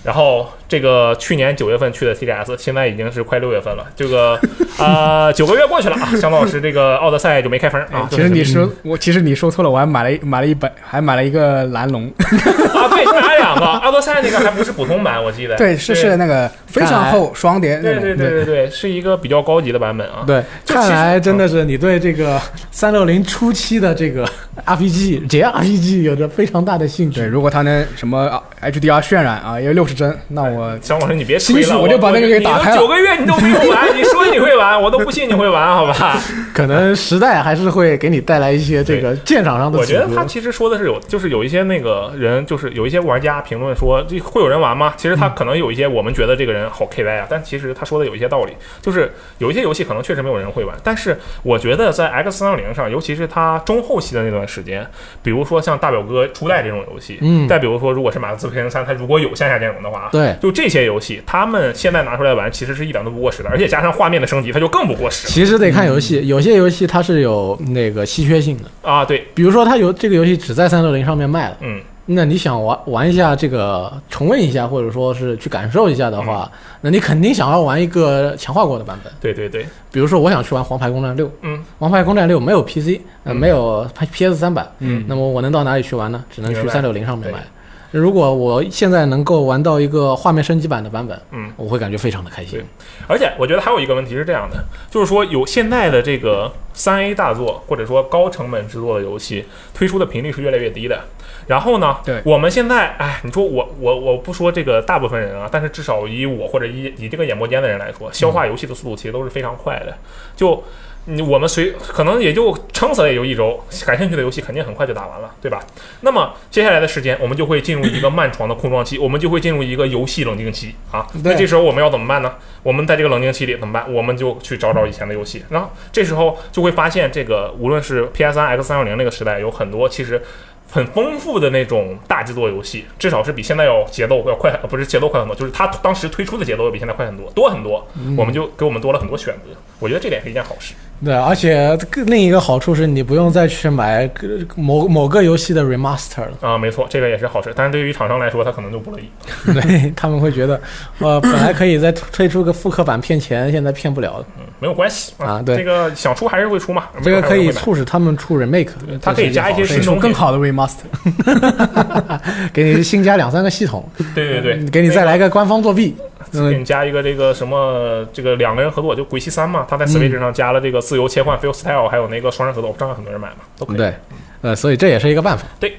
S2: 然后这个去年九月份去的 TGS，现在已经是快六月份了。这个
S3: [laughs]
S2: 呃九个月过去了啊，香子老师这个奥德赛就没开封啊。
S3: 其
S2: 就
S3: 实
S2: 是
S3: 你说我，其实你说错了，我还买了一买了一本，还买了一个蓝
S2: [laughs]
S3: 龙。
S2: 啊，对，你买了两个奥德赛那个还不是普通版，我记得。
S3: 对，是是。那个非常厚双碟那
S2: 对
S3: 种。
S2: 对对对对，是一个比较高级的版本啊。
S1: 对，
S2: 就
S1: 看
S2: 其实嗯
S1: 来真的是你对这个三六零初期的这个 [laughs] RPG 解 RPG 有着非常大的兴
S3: 对，
S1: 趣。
S3: 如果它能什么啊 HDR 渲染啊，有六十帧，那我
S2: 张老师，你别吹
S3: 兴许
S2: 了，
S3: 我就把那个给打开了
S2: 你都九个月你都没有玩，你说你会玩，我都不信你会玩，好吧？
S1: 可能时代还是会给你带来一些这个鉴赏上的
S2: 我
S1: 阻
S2: 觉得他
S1: 隔。
S2: 其实说的是有，就是有一些那个人，就是有一些玩家评论说，这会有人玩吗？其实
S1: 嗯
S2: 他可能有一些我们觉得这个人好 K Y 啊，但其实他说的有一些道理，就是有一些游戏可能确实没有人会玩，但是我觉得在 X 三六零上，尤其是他中后期的那段时间，比如说像大表哥初代这种游戏，
S1: 嗯
S2: 再比如说如果是马克思佩恩三，它如果有向下兼容的话，
S1: 对，
S2: 就这些游戏，他们现在拿出来玩，其实是一点都不过时的，而且加上画面的升级，它就更不过时了
S1: 其实得看游
S2: 嗯
S1: 戏，有些游戏它是有那个稀缺性的，
S2: 啊！对，
S1: 比如说它有这个游戏只在三六零上面卖了，
S2: 嗯，
S1: 那你想玩玩一下这个重温一下，或者说是去感受一下的话，那你肯定想要玩一个强化过的版本。
S2: 对对对，
S1: 比如说我想去玩《黄牌攻占六》，
S2: 嗯，
S1: 《王牌攻占六》没有 PC，呃，
S2: 嗯
S1: 没有 PS 三版，
S3: 嗯，
S1: 那么我能到哪里去玩呢？只能去
S2: 明白
S1: 三六零上面
S2: 对
S1: 买。如果我现在能够玩到一个画面升级版的版本，
S2: 嗯，
S1: 我会感觉非常的开心
S2: 对。而且我觉得还有一个问题是这样的，就是说有现在的这个三 A 大作或者说高成本制作的游戏推出的频率是越来越低的。然后呢，
S3: 对
S2: 我们现在，哎，你说我我我不说这个大部分人啊，但是至少以我或者以以这个演播间的人来说，消化游戏的速度其实都是非常快的。就你我们随可能也就撑死了也就一周，感兴趣的游戏肯定很快就打完了，对吧？那么接下来的时间，我们就会进入一个漫长的空窗期，我们就会进入一个游戏冷静期啊。那
S3: 对
S2: 这时候我们要怎么办呢？我们在这个冷静期里怎么办？我们就去找找以前的游戏，然后这时候就会发现，这个无论是 PS 三、X 三六零那个时代，有很多其实很丰富的那种大制作游戏，至少是比现在要节奏要快，呃不是节奏快很多，就是它当时推出的节奏要比现在快很多，多很多，我们就给我们多了很多选择。我觉得这点是一件好事。
S1: 对，而且更另一个好处是你不用再去买个某某个游戏的 remaster 了，
S2: 啊，没错，这个也是好事，但是对于厂商来说，他可能就不乐意。
S1: [laughs] 对他们会觉得，呃，本来可以再推出个复刻版骗钱，现在骗不了了。
S2: 嗯，没有关系
S1: 啊对
S2: 这个想出还是会出嘛，
S1: 这个可
S2: 没有
S1: 以
S2: 人会买
S1: 促使他们出 remake，
S2: 它可以加一些
S1: 这是
S2: 新
S1: 件好
S2: 东西
S3: 更好
S2: [laughs]
S3: 的 remaster。
S1: 事给你新加两三个系统，
S2: 对对 [laughs] 对，
S1: 给你
S2: 那
S1: 再
S2: 个
S1: 来个官方作弊，
S2: 给
S1: 嗯，
S2: 你加一个这个什么，这个两个人合作，就《鬼泣三》嘛，他在 Switch 上加了这个自由切换 Feel Style，还有那个双人合作，我不知道很多人买嘛，都可以。
S1: 对，呃，所以这也是一个办法。
S2: 对，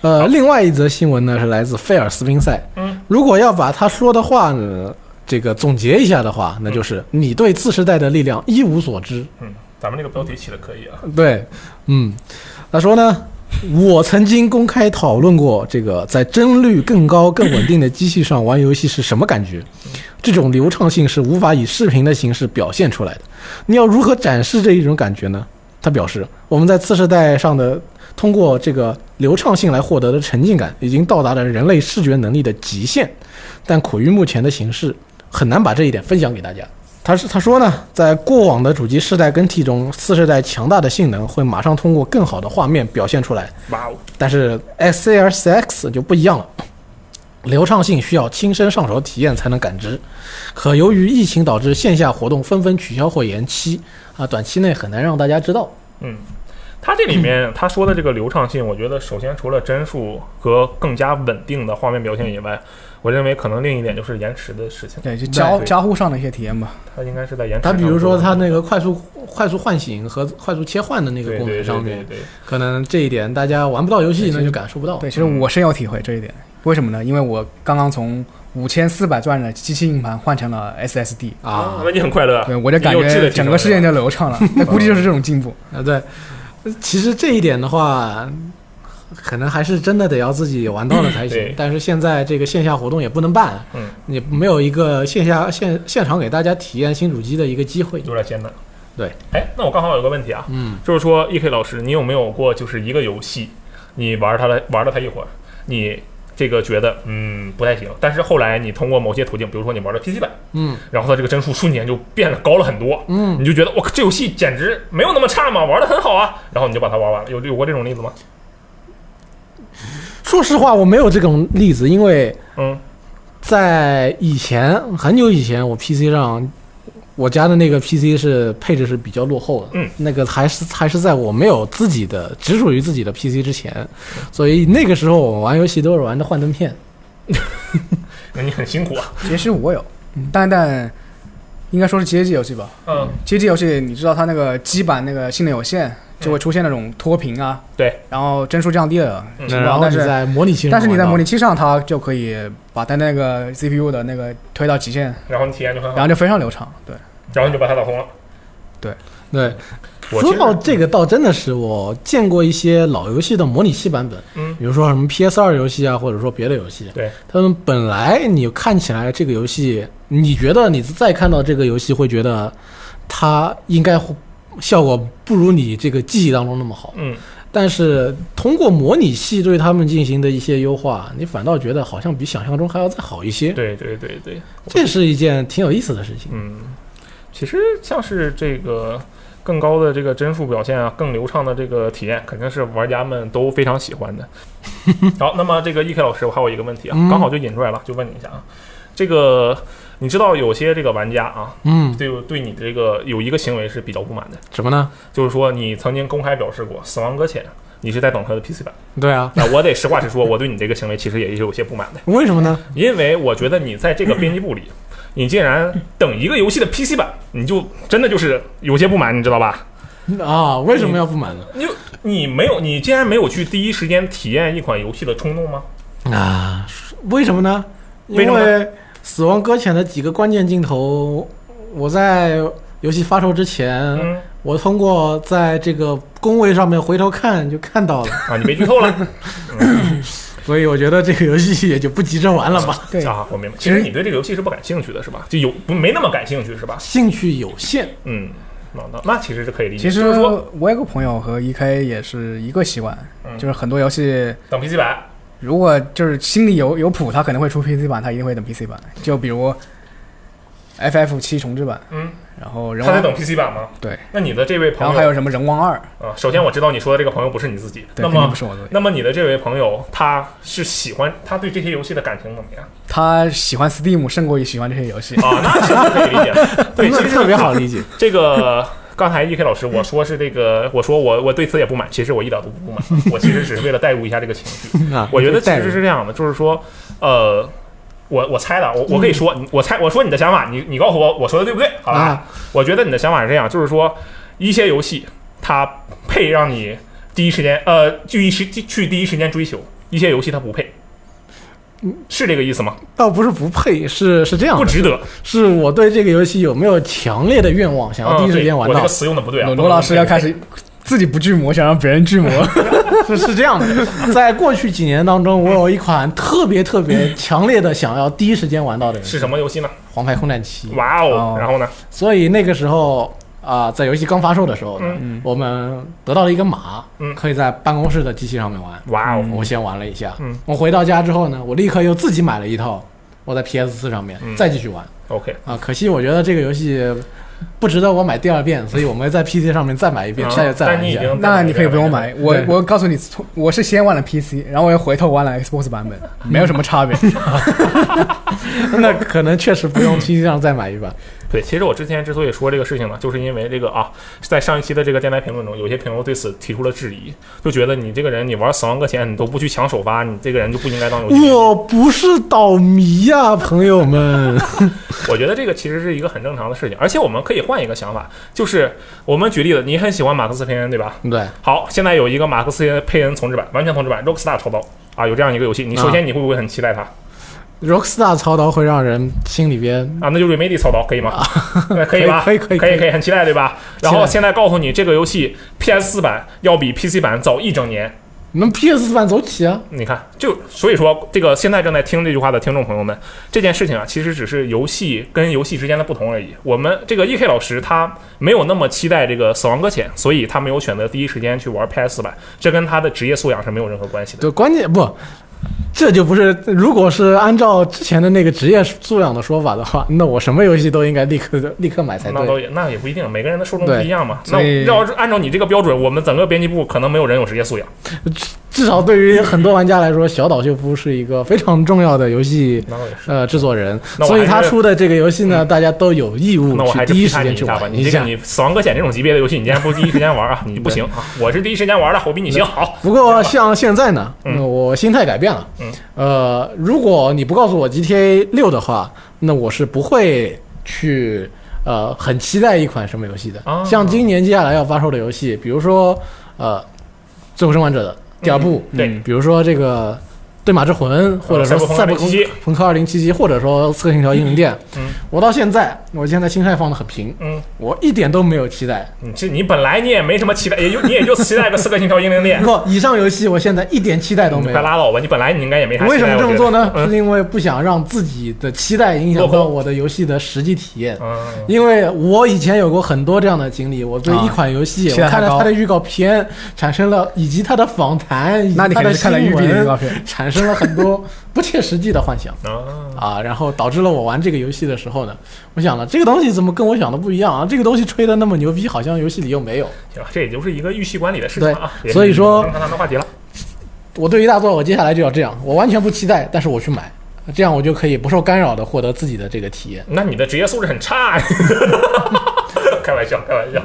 S1: 呃，另外一则新闻呢是来自费尔斯宾塞。
S2: 嗯，
S1: 如果要把他说的话呢，这个总结一下的话，那就是你对次世代的力量一无所知。
S2: 啊嗯，咱们这个标题起的可以啊，
S1: 对，嗯，他说呢，我曾经公开讨论过这个在帧率更高、更稳定的机器上玩游戏是什么感觉。这种流畅性是无法以视频的形式表现出来的。你要如何展示这一种感觉呢？他表示，我们在次世代上的通过这个流畅性来获得的沉浸感，已经到达了人类视觉能力的极限，但苦于目前的形式，很难把这一点分享给大家。他是他说呢，在过往的主机世代更替中，次世代强大的性能会马上通过更好的画面表现出来，
S2: 哇哦，
S1: 但是 XCRCX 就不一样了，流畅性需要亲身上手体验才能感知。可由于疫情导致线下活动纷纷取消或延期，啊，短期内很难让大家知道。
S2: 嗯，它这里面他说的这个流畅性，我觉得首先除了帧数和更加稳定的画面表现以外，我认为可能另一点就是延迟的事情，
S3: 对，就交
S2: 对
S3: 交互上的一些体验吧。
S2: 它应该是在延迟
S1: 它
S2: 上
S1: 比
S2: 做的。
S1: 如说它那个快速快速唤醒和快速切换的那个
S2: 对
S1: 功
S2: 对
S1: 能
S2: 对
S1: 上
S2: 对
S1: 面，
S2: 对，
S1: 可能这一点大家玩不到游戏，
S3: 对
S1: 那就感受
S2: 哦
S1: 不到。
S3: 对，其实我深有体会这一点。为什么呢？因为我刚刚从五千四百转的机器硬盘换成了 SSD，
S1: 啊，
S2: 那你很快乐啊，
S3: 对我就感
S2: 你有质的
S3: 觉
S2: 提升
S3: 整个世界
S2: 了
S3: 就流畅了。那估计就是这种进步。
S1: 啊，对，其实这一点的话，可能还是真的得要自己玩到了才行
S2: 对。
S1: 但是现在这个线下活动也不能办，
S2: 嗯，
S1: 也没有一个线下现现场给大家体验新主机的一个机会。
S2: 有点艰难。
S1: 对，
S2: 哎，那我刚好有个问题啊，
S1: 嗯，
S2: 就是说 E K 老师，你有没有过就是一个游戏，你玩它了玩了它一会儿，你这个觉得嗯不太行，但是后来你通过某些途径，比如说你玩了 P C 版，
S1: 嗯，
S2: 然后它这个帧数瞬间就变得高了很多，
S1: 嗯，
S2: 你就觉得我靠，这游戏简直没有那么差嘛，玩的很好啊，然后你就把它玩完了，有有过这种例子吗？
S1: 说实话，我没有这种例子，因为
S2: 嗯，
S1: 在以前很久以前，我 PC 上。我家的那个 PC 是配置是比较落后的，
S2: 嗯，
S1: 那个还是还是在我没有自己的只属于自己的 PC 之前，所以那个时候我玩游戏都是玩的幻灯片，
S2: 那你很辛苦啊，
S3: 其实我有，嗯但但应该说是街机游戏吧。
S2: 嗯，
S3: 街机游戏你知道它那个基板那个性能有限，就会出现那种脱屏啊，
S2: 嗯对，
S3: 然后帧数降低了
S2: 嗯
S3: 情况，
S1: 然后
S3: 但
S1: 你
S3: 是
S1: 在模拟器上玩到，
S3: 但是你在模拟器上，它就可以把它那个 CPU 的那个推到极限，
S2: 然后你体验就很
S3: 然
S2: 好，
S3: 后就非常流畅。对，
S2: 然后你就把它打通了。
S1: 对，
S2: 我
S1: 说
S2: 其
S1: 到
S2: 实
S1: 这个，倒真的是我见过一些老游戏的模拟器版本，
S2: 嗯
S1: 比如说什么 PS 二游戏啊，或者说别的游戏，
S2: 对，
S1: 他们本来你看起来这个游戏，你觉得你再看到这个游戏，会觉得它应该会效果不如你这个记忆当中那么好，
S2: 嗯，
S1: 但是通过模拟器对他们进行的一些优化，你反倒觉得好像比想象中还要再好一些，
S2: 对对对对，
S1: 这是一件挺有意思的事情。
S2: 嗯，其实像是这个更高的这个帧数表现啊，更流畅的这个体验，肯定是玩家们都非常喜欢的。好，那么这个 E K 老师，我还有一个问题啊，
S1: 嗯
S2: 刚好就引出来了，就问你一下啊，这个你知道有些这个玩家啊，
S1: 嗯，
S2: 对对你这个有一个行为是比较不满的，
S1: 什么呢？
S2: 就是说你曾经公开表示过《死亡搁浅》。你是在等他的 PC 版，
S1: 对啊，
S2: 那我得实话实说，我对你这个行为其实也是有些不满的。
S1: 为什么呢？
S2: 因为我觉得你在这个编辑部
S3: [laughs]
S2: 里，你竟然等一个游戏的 PC 版，你就真的就是有些不满，你知道吧？
S1: [laughs] 啊，为什么要不满呢？
S2: 你你没有，你竟然没有去第一时间体验一款游戏的冲动吗？
S1: 啊，为什么呢？因
S2: 为什么呢
S1: 《死亡搁浅》的几个关键镜头，我在游戏发售之前，
S2: 嗯
S1: 我通过在这个工位上面回头看就看到了，
S2: 啊，你别剧透了
S1: [laughs]
S3: [laughs]
S1: 所以我觉得这个游戏也就不急着玩了吧，
S3: 对，
S2: 啊！我明白，其实你对这个游戏是不感兴趣的，是吧？就有不没那么感兴趣，是吧？
S1: [laughs] 兴趣有限。
S2: 嗯，那那那其实是可以理解。
S3: 其实
S2: 就是说
S3: 我有个朋友和 EK 也是一个习惯，
S2: 嗯
S3: 就是很多游戏
S2: 等 PC 版，
S3: 如果就是心里有有谱，他可能会出 PC 版，他一定会等 PC 版。就比如 FF 七重置版，
S2: 嗯，
S3: 然后人
S2: 他在
S3: 王，
S2: 等 PC 版吗？
S3: 对，
S2: 那你的这位
S3: 然
S2: 朋
S3: 后
S2: 友，
S3: 还有什么人王二，
S2: 啊，首先我知道你说的这个朋友不是你自己，
S3: 对，
S2: 那
S3: 肯定
S2: 么
S3: 不是我的。
S2: 那么你的这位朋友他是喜欢，他对这些游戏的感情怎么样？
S3: 他喜欢 Steam 胜过于喜欢这些
S2: [laughs]
S3: 游戏。
S2: 啊，那其实可以理解的。
S1: [laughs]
S2: 对，
S1: 那
S2: 其实
S1: 特别好理 [laughs] 解。
S2: 这个。刚才 E K 老师，我说是这个，我说我我对此也不满，其实我一点都不不满，啊我其实只是为了代入一下这个情
S1: [laughs]
S2: 绪。
S1: 啊，
S2: 我觉得其
S1: 带
S2: 实
S1: 着
S2: 是这样的，就是说，呃，我我猜的，啊我我可以说，你我猜我说你的想法，你你告诉我我说的对不对？好吧？
S1: 嗯啊
S2: 我觉得你的想法是这样，就是说，一些游戏它配让你第一时间呃去一时去第一时间追求，一些游戏它不配，
S1: 嗯
S2: 是这个意思吗？
S1: 倒不是不配，是是这样
S2: 不
S1: 的，
S2: 值得。
S1: 是我对这个游戏有没有强烈的愿望，想要
S2: 嗯
S1: 第一时
S2: 对
S1: 间玩
S2: 我这
S1: 到
S2: 个。词用的不对啊。
S3: 罗
S2: 不
S3: 罗
S2: 能
S3: 老师要
S2: 这个
S3: 开始自己不巨魔，想让别人
S1: [laughs]
S3: 巨魔。
S1: 是是这样的，在过去几年当中，我有一款特别特别强烈的想要第一时间玩到的游戏
S2: 是什么游戏呢？
S1: 《黄牌空战七》，
S2: 哇哦
S3: 哦！
S2: 然后呢？
S1: 所以那个时候啊、在游戏刚发售的时候呢，
S3: 嗯
S1: 我们得到了一个码，
S2: 嗯
S1: 可以在办公室的机器上面玩。
S2: 哇哦！
S1: 我先玩了一下，
S2: 嗯
S1: 我回到家之后呢，我立刻又自己买了一套，我在 PS 四上面、
S2: 嗯
S1: 再继续玩
S2: OK，
S1: 啊。可惜我觉得这个游戏不值得我买第二遍，所以我们在 PC 上面再买一遍，
S2: 啊
S1: 再再
S2: 但
S1: 玩
S2: 你
S1: 一
S2: 已
S1: 下。
S2: 经
S3: 那你可以不用买，我
S1: 对
S3: 我告诉你，从我是先玩了 PC，然后我又回头玩了 Xbox 版本，
S1: 嗯
S3: 没有什
S1: [laughs]
S3: 么差别。
S1: [laughs] 那可能确实不用 PC 上再买一版。
S2: 对，其实我之前之所以说这个事情呢，就是因为这个啊，在上一期的这个电台评论中，有些评论对此提出了质疑，就觉得你这个人，你玩《死亡搁浅》，你都不去抢首发，你这个人就不应该当游戏。
S1: 我不是倒迷呀、朋友们。
S2: 我觉得这个其实是一个很正常的事情，而且我们可以换一个想法，就是我们举例子，你很喜欢马克思佩 [laughs] 恩，对吧？
S1: 对，
S2: 好，现在有一个马克思佩恩重置版，完全重置版，Rockstar 操刀啊，有这样一个游戏，你首先你会不会很期待它啊
S1: Rockstar 操刀会让人心里边
S2: 那就 Remedy 操刀可以吗？对可以吧？
S1: 啊可以可以
S2: 可
S1: 可
S2: 以
S1: 以
S2: 可以，很期待对吧？然后
S1: 期待
S2: 现在告诉你，这个游戏 PS 四版要比 PC 版早一整年，
S1: 能 PS 版走起啊！
S2: 你看，就所以说，这个现在正在听这句话的听众朋友们，这件事情啊，其实只是游戏跟游戏之间的不同而已。我们这个 E.K 老师他没有那么期待这个《死亡搁浅》，所以他没有选择第一时间去玩 PS 版，这跟他的职业素养是没有任何关系的。
S1: 对，关键不，这就不是。如果是按照之前的那个职业素养的说法的话，那我什么游戏都应该立刻 [laughs] 立刻买才
S2: 那
S1: 对。
S2: 都也那也不一定，每个人的受众不
S1: 对
S2: 一样嘛。那
S3: 所以
S2: 要是按照你这个标准，我们整个编辑部可能没有人有职业素养。
S1: 至少对于很多玩家来说，小岛秀夫是一个非常重要的游戏
S2: 那倒也是。
S1: 呃制作人，
S2: 那我
S1: 所以
S2: 还
S1: 他
S2: 是嗯
S1: 出的这个游戏呢，大家都有义务
S2: 那我还
S1: 去
S2: 是
S1: 第一
S2: 批
S1: 时
S2: 判
S1: 间
S2: 你一
S1: 去
S2: 下吧，
S1: 玩
S2: 你这个
S1: 下。
S2: 你《死亡搁浅》这种级别的游戏，你竟然不第一时间
S1: [laughs]
S2: 玩啊，你不行啊！我是第一时间玩的，我比你行。好，
S1: 不过像现在呢，
S2: 嗯
S1: 那我心态改变了。
S2: 嗯
S1: 呃，如果你不告诉我 GTA 六的话，那我是不会去呃很期待一款什么游戏的。
S2: 啊
S1: 像今年接下来要发售的游戏，比如说呃《最后生还者》的第二部，
S2: 对
S3: 嗯
S1: 比如说这个《对马之魂》，或者说《
S2: 赛
S1: 赛
S2: 博
S1: 博
S2: 朋克2077
S1: 朋克二零七七》，或者说《刺客信条：英灵殿》
S2: 嗯
S1: 我到现在，我现在心态放得很平，
S2: 嗯，
S1: 我一点都没有期待。
S2: 你这你本来你也没什么期待，也就你也就期待个《刺客信条：英灵
S1: [laughs]
S2: 殿
S1: 不过以上游戏我现在一点期待》，都
S2: 你
S1: 没有
S2: 快。拉倒吧！你本来你应该也没啥
S1: 我
S2: 期待。
S1: 为什么这么做呢
S2: 我？觉
S3: 嗯
S2: 得
S1: 是因为不想让自己的期待影响到我的游戏的实际体验。
S2: 嗯，
S1: 因为我以前有过很多这样的经历，我对一款游戏，
S3: 啊
S1: 我看
S3: 期待太
S1: 了
S3: 高
S1: 它的预告片，产生了以及它的访谈，以及
S3: 那你
S1: 它
S3: 肯
S1: 的
S3: 定是看了育碧的预
S1: 新
S3: 告
S1: 闻，
S3: 片，
S1: 产生了很多不切实际的幻
S3: [laughs]
S1: 想
S2: 嗯啊，
S1: 啊，然后导致了我玩这个游戏的时候呢，我想了这个东西怎么跟我想的不一样啊？这个东西吹的那么牛逼，好像游戏里又没有。
S2: 行吧，这也就是一个预期管理的事情啊。
S1: 对所以说
S2: 正常的话题了。
S1: 我对于大作，我接下来就要这样，我完全不期待，但是我去买，这样我就可以不受干扰的获得自己的这个体验。
S2: 那你的职业素质很差呀。 [laughs] 开玩笑，开玩
S1: [laughs]
S2: 笑。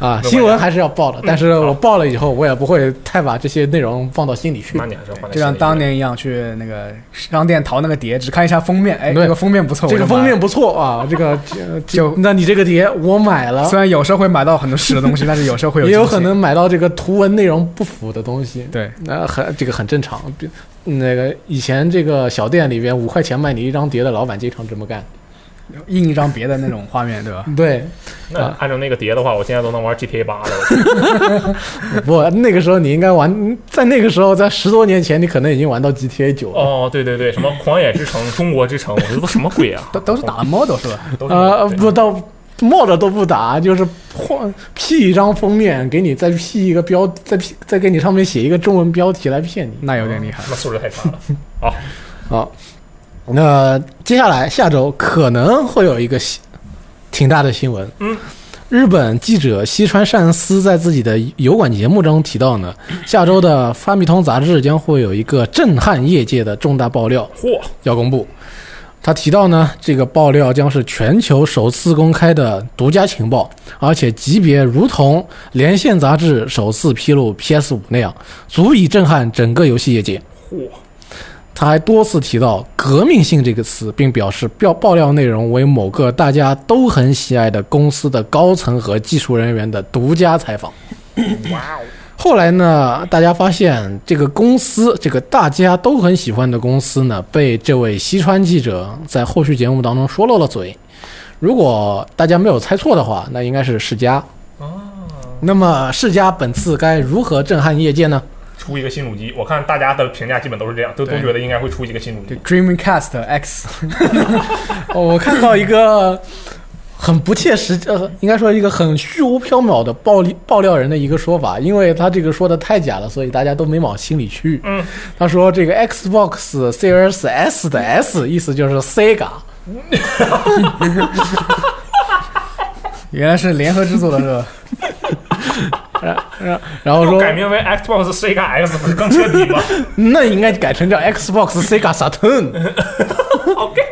S1: 啊，
S2: 对
S1: 新闻还是要
S3: 嗯
S1: 报的，但是我报了以后，我也不会太把这些内容放到心里去
S2: 那。你还是要换。
S3: 就像当。年一样，去那个商店淘那个碟，只看一下封面，哎，
S1: 对
S3: 这个封面不错，
S1: 这
S3: 我
S1: 个
S3: 就买
S1: 封面不错啊，这个
S3: [laughs]
S1: 这
S3: 就
S1: 那你这个碟我买了
S3: 虽，然有时候会买到很多屎的东西，但是有时候会有
S1: 啊也有
S3: 惊喜
S1: 可能买到这个图文内容不符的东西，
S3: 对，
S1: 那很这个很正常。比那个以前这个小店里边五块钱卖你一张碟的老板经常这么干，
S3: 印一张别的那种画面，对吧？
S1: 对，
S2: 那
S1: 啊
S2: 按照那个碟的话，我现在都能玩 GTA 八了。我觉得
S1: 不，那个时候你应该玩，在那个时候，在十多年前，你可能已经玩到 GTA 九了。
S2: 哦，对对对，什么狂野之城、中国之城，我觉得都什么鬼啊？
S3: 都都是打 model 是吧？
S2: 都是
S1: 呃，
S2: 对
S1: 不到冒着都不打，就是换 P 一张封面给你，再 P 一个标，再 P 再给你上面写一个中文标题来骗你
S3: 那有点厉害。
S2: 那素质太差
S3: [laughs]
S2: 了。
S1: 啊。那、接下来下周可能会有一个新挺大的新闻，
S2: 嗯。
S1: 日本记者西川善司在自己的油管节目中提到呢，下周的《发米通》杂志将会有一个震撼业界的重大爆料
S2: 嚯，
S1: 要公布。他提到呢，这个爆料将是全球首次公开的独家情报，而且级别如同《连线》杂志首次披露 PS 五那样，足以震撼整个游戏业界。
S2: 嚯，
S1: 他还多次提到“革命性”这个词，并表示爆爆料内容为某个大家都很喜爱的公司的高层和技术人员的独家采访。
S2: 哇哦！
S1: 后来呢，大家发现这个公司，这个大家都很喜欢的公司呢，被这位西川记者在后续节目当中说漏了嘴。如果大家没有猜错的话，那应该是世嘉。
S2: 哦，
S1: 那么世嘉本次该如何震撼业界呢？
S2: 出一个新主机，我看大家的评价基本都是这样，都都
S3: 对
S2: 觉得应该会出一个新主
S3: 对
S2: 机。
S3: Dreamcast [laughs] X，
S1: [laughs] 哦，我看到一个很不切实际，呃，应该说一个很虚无缥缈的爆料爆料人的一个说法，因为他这个说的太假了，所以大家都没往心里去。
S2: 嗯，
S1: 他说这个 Xbox Series S 的 S 意思就是 Sega，
S3: 原来是联合制作的是吧？
S1: 然后
S2: 就
S1: 说
S2: 改名为 Xbox Sega X 不是更彻底
S3: [laughs]
S2: 吗
S1: 那应该改成叫 Xbox Sega
S2: [laughs]
S1: Saturn。
S2: ？OK，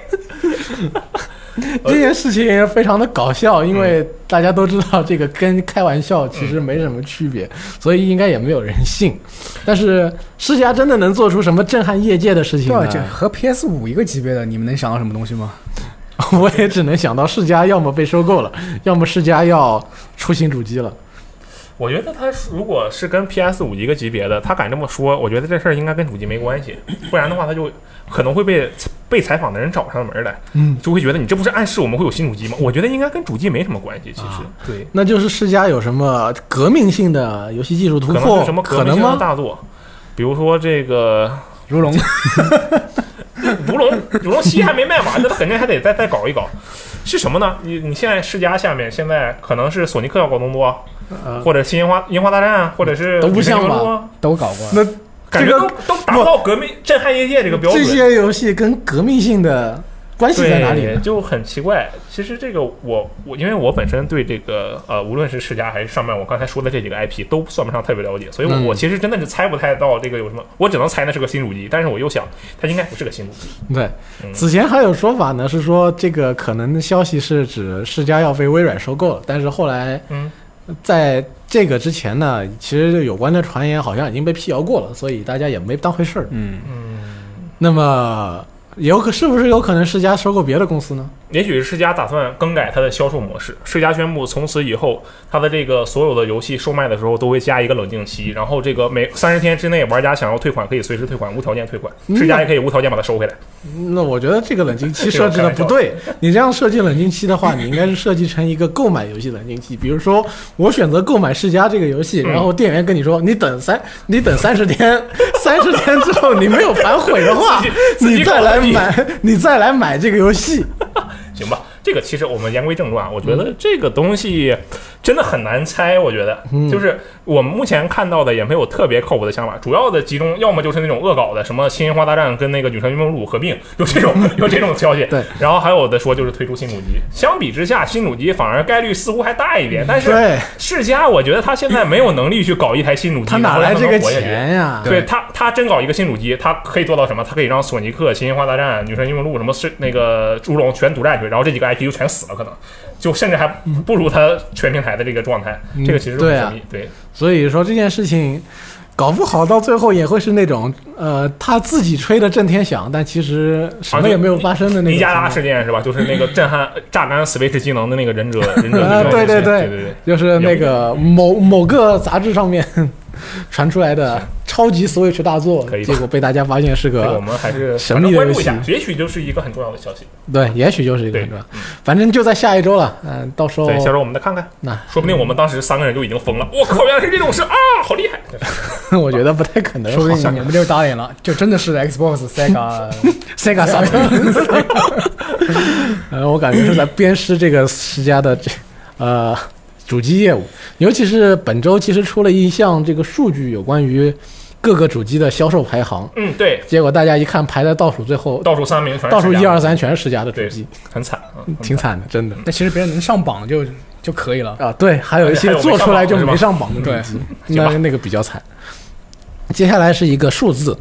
S1: 这件事情非常的搞笑，因
S2: 嗯
S1: 为大家都知道这个跟开玩笑其实没什么区别，所以应该也没有人信。但是世嘉真的能做出什么震撼业界的事情
S3: [laughs] 对啊，
S1: 呢？
S3: 这和 PS 五一个级别的，你们能想到什么东西吗？
S1: [laughs] 我也只能想到世嘉要么被收购了，要么世嘉要出新主机了。
S2: 我觉得他如果是跟 PS 五一个级别的，他敢这么说，我觉得这事儿应该跟主机没关系，不然的话他就可能会被被采访的人找上门来，
S1: 嗯，
S2: 就会觉得你这不是暗示我们会有新主机吗？我觉得应该跟主机没什么关系，其实、
S1: 啊
S2: 对，
S1: 那就是世嘉有什么革命性的游戏技术突
S2: 可能
S1: 破？
S2: 是什么
S1: 可
S2: 革命
S1: 能
S2: 性的
S1: 吗？
S2: 大作，比如说这个
S3: 如龙，
S2: 如龙如龙七还没卖完呢，他肯定还得再再搞一搞。是什么呢？你你现在世嘉下面现在可能是索尼克要搞动作，
S1: 呃
S2: 或者新樱花樱花大战啊，或者是
S1: 都不像吧
S2: 女神异闻录啊？
S3: [laughs] 都搞过。
S1: 那
S2: 感觉
S1: 这
S2: 都
S1: 个
S2: 都达不到革命震撼业界这个标准
S1: 这。些游戏跟革命性的关系
S2: 对，
S1: 在哪里呢？
S2: 就很奇怪。其实这个我我因为我本身对这个呃，无论是世嘉还是上面我刚才说的这几个 IP 都算不上特别了解，所以我、
S1: 嗯
S2: 我其实真的是猜不太到这个有什么，我只能猜那是个新主机，但是我又想它应该不是个新主机。
S1: 对，
S2: 嗯
S1: 此前还有说法呢，是说这个可能的消息是指世嘉要被微软收购了，但是后来
S2: 嗯，
S1: 在这个之前呢，其实有关的传言好像已经被辟谣过了，所以大家也没当回事儿。
S3: [laughs] 嗯，
S1: 那么有可是不是有可能世嘉收购别的公司呢？
S2: 也许是世嘉打算更改它的销售模式。世嘉宣布，从此以后，它的这个所有的游戏售卖的时候都会加一个冷静期，然后这个每三十天之内，玩家想要退款可以随时退款，无条件退款。
S1: 嗯
S2: 世嘉也可以无条件把它收回来。
S1: 那我觉得这个冷静
S2: [laughs]
S1: 期设置的不对。你这样设计冷静期的话，你应该是设计成一个购买游戏冷静期。比如说，我选择购买世嘉这个游戏，
S2: 嗯
S1: 然后店员跟你说，你等三，你等三十天，三十天之后你没有反悔的话
S2: 自己，自己
S1: 你再来
S2: 搞定
S1: 买，你再来买这个游戏。
S2: 行吧，这个其实我们言归正传啊，我觉得这个东西真的很难猜。我觉得，
S1: 嗯
S2: 就是我们目前看到的也没有特别靠谱的想法，主要的集中要么就是那种恶搞的，什么《新樱花大战》跟那个《女神异闻录》合并，
S1: [laughs]
S2: 有这种有这种消息。
S1: 对，
S2: 然后还有的说就是推出新主机。相比之下，新主机反而概率似乎还大一点，但是
S1: 对
S2: 世嘉，我觉哪他现在没有能力去搞一台新主机，
S1: 他哪来这
S2: 然后
S1: 个
S2: 让它活下去
S1: 钱呀？
S2: 对他，他真搞一个新主机，他可以做到什么？他可以让索尼克、新樱花大战、女神异闻录什么是那个猪龙全独占去，然后这几个 IP 就全死了，可能就甚至还不如他全平台的这个状态。
S1: 嗯
S2: 这个其实不
S1: 对啊
S2: 神秘，对，
S1: 所以说这件事情，搞不好到最后也会是那种，呃，他自己吹的震天响，但其实什么也没有发生的那种
S2: 尼
S1: 情
S2: 加
S1: 况。
S2: 拉事件是吧？就是那个震撼榨干 Switch 技能的那个忍者，忍者
S1: 啊
S2: 的这
S1: 对对
S2: 个对
S1: 对
S2: 对对，
S1: 就是那个某某个杂志上面 [laughs] 传出来的超级 Switch 大作
S2: 可，以吧
S1: 结果被大家发现是
S2: 这个我
S1: 个
S2: 们还是
S1: 神秘的
S2: 关注一下
S1: 游，
S2: 也许就是一个很重要的消息。
S1: 对，也许就是一个
S2: 对
S1: 什么，反正就在下一周了，嗯、到时候
S2: 对，下周我们再看看，
S1: 那
S2: 说不定我们当时三个人就已经疯了。我靠，原来是这种事啊，好厉害！
S1: [laughs]
S2: [laughs]
S1: 我觉得不太可能，
S3: 说不
S1: 好像
S3: 定我们就打脸了，就真的是
S1: [laughs]
S3: Xbox Sega。
S1: Sega 啥
S2: [laughs]
S1: 呃，我感觉是在鞭尸这个 [laughs] 世嘉的这呃主机业务，尤其是本周其实出了一项这个数据，有关于各个主机的销售排行。
S2: 嗯，对，
S1: 结果大家一看排在倒数最后，
S2: 倒数三名全是
S1: 倒数
S2: 世嘉
S1: 一二，三嗯全是世嘉的主
S2: 对
S1: 机，，
S2: 很惨，啊很
S1: [laughs]
S2: 惨
S1: 挺惨的，真的。
S3: 那其实别人能上榜就就可以了。
S1: 啊，对，还有一些
S2: 而且还有
S1: 做出来就没
S2: 没
S1: 上榜的主
S3: 对
S1: 机，
S2: 行吧
S1: 那那个比较惨。接下来是一个数字，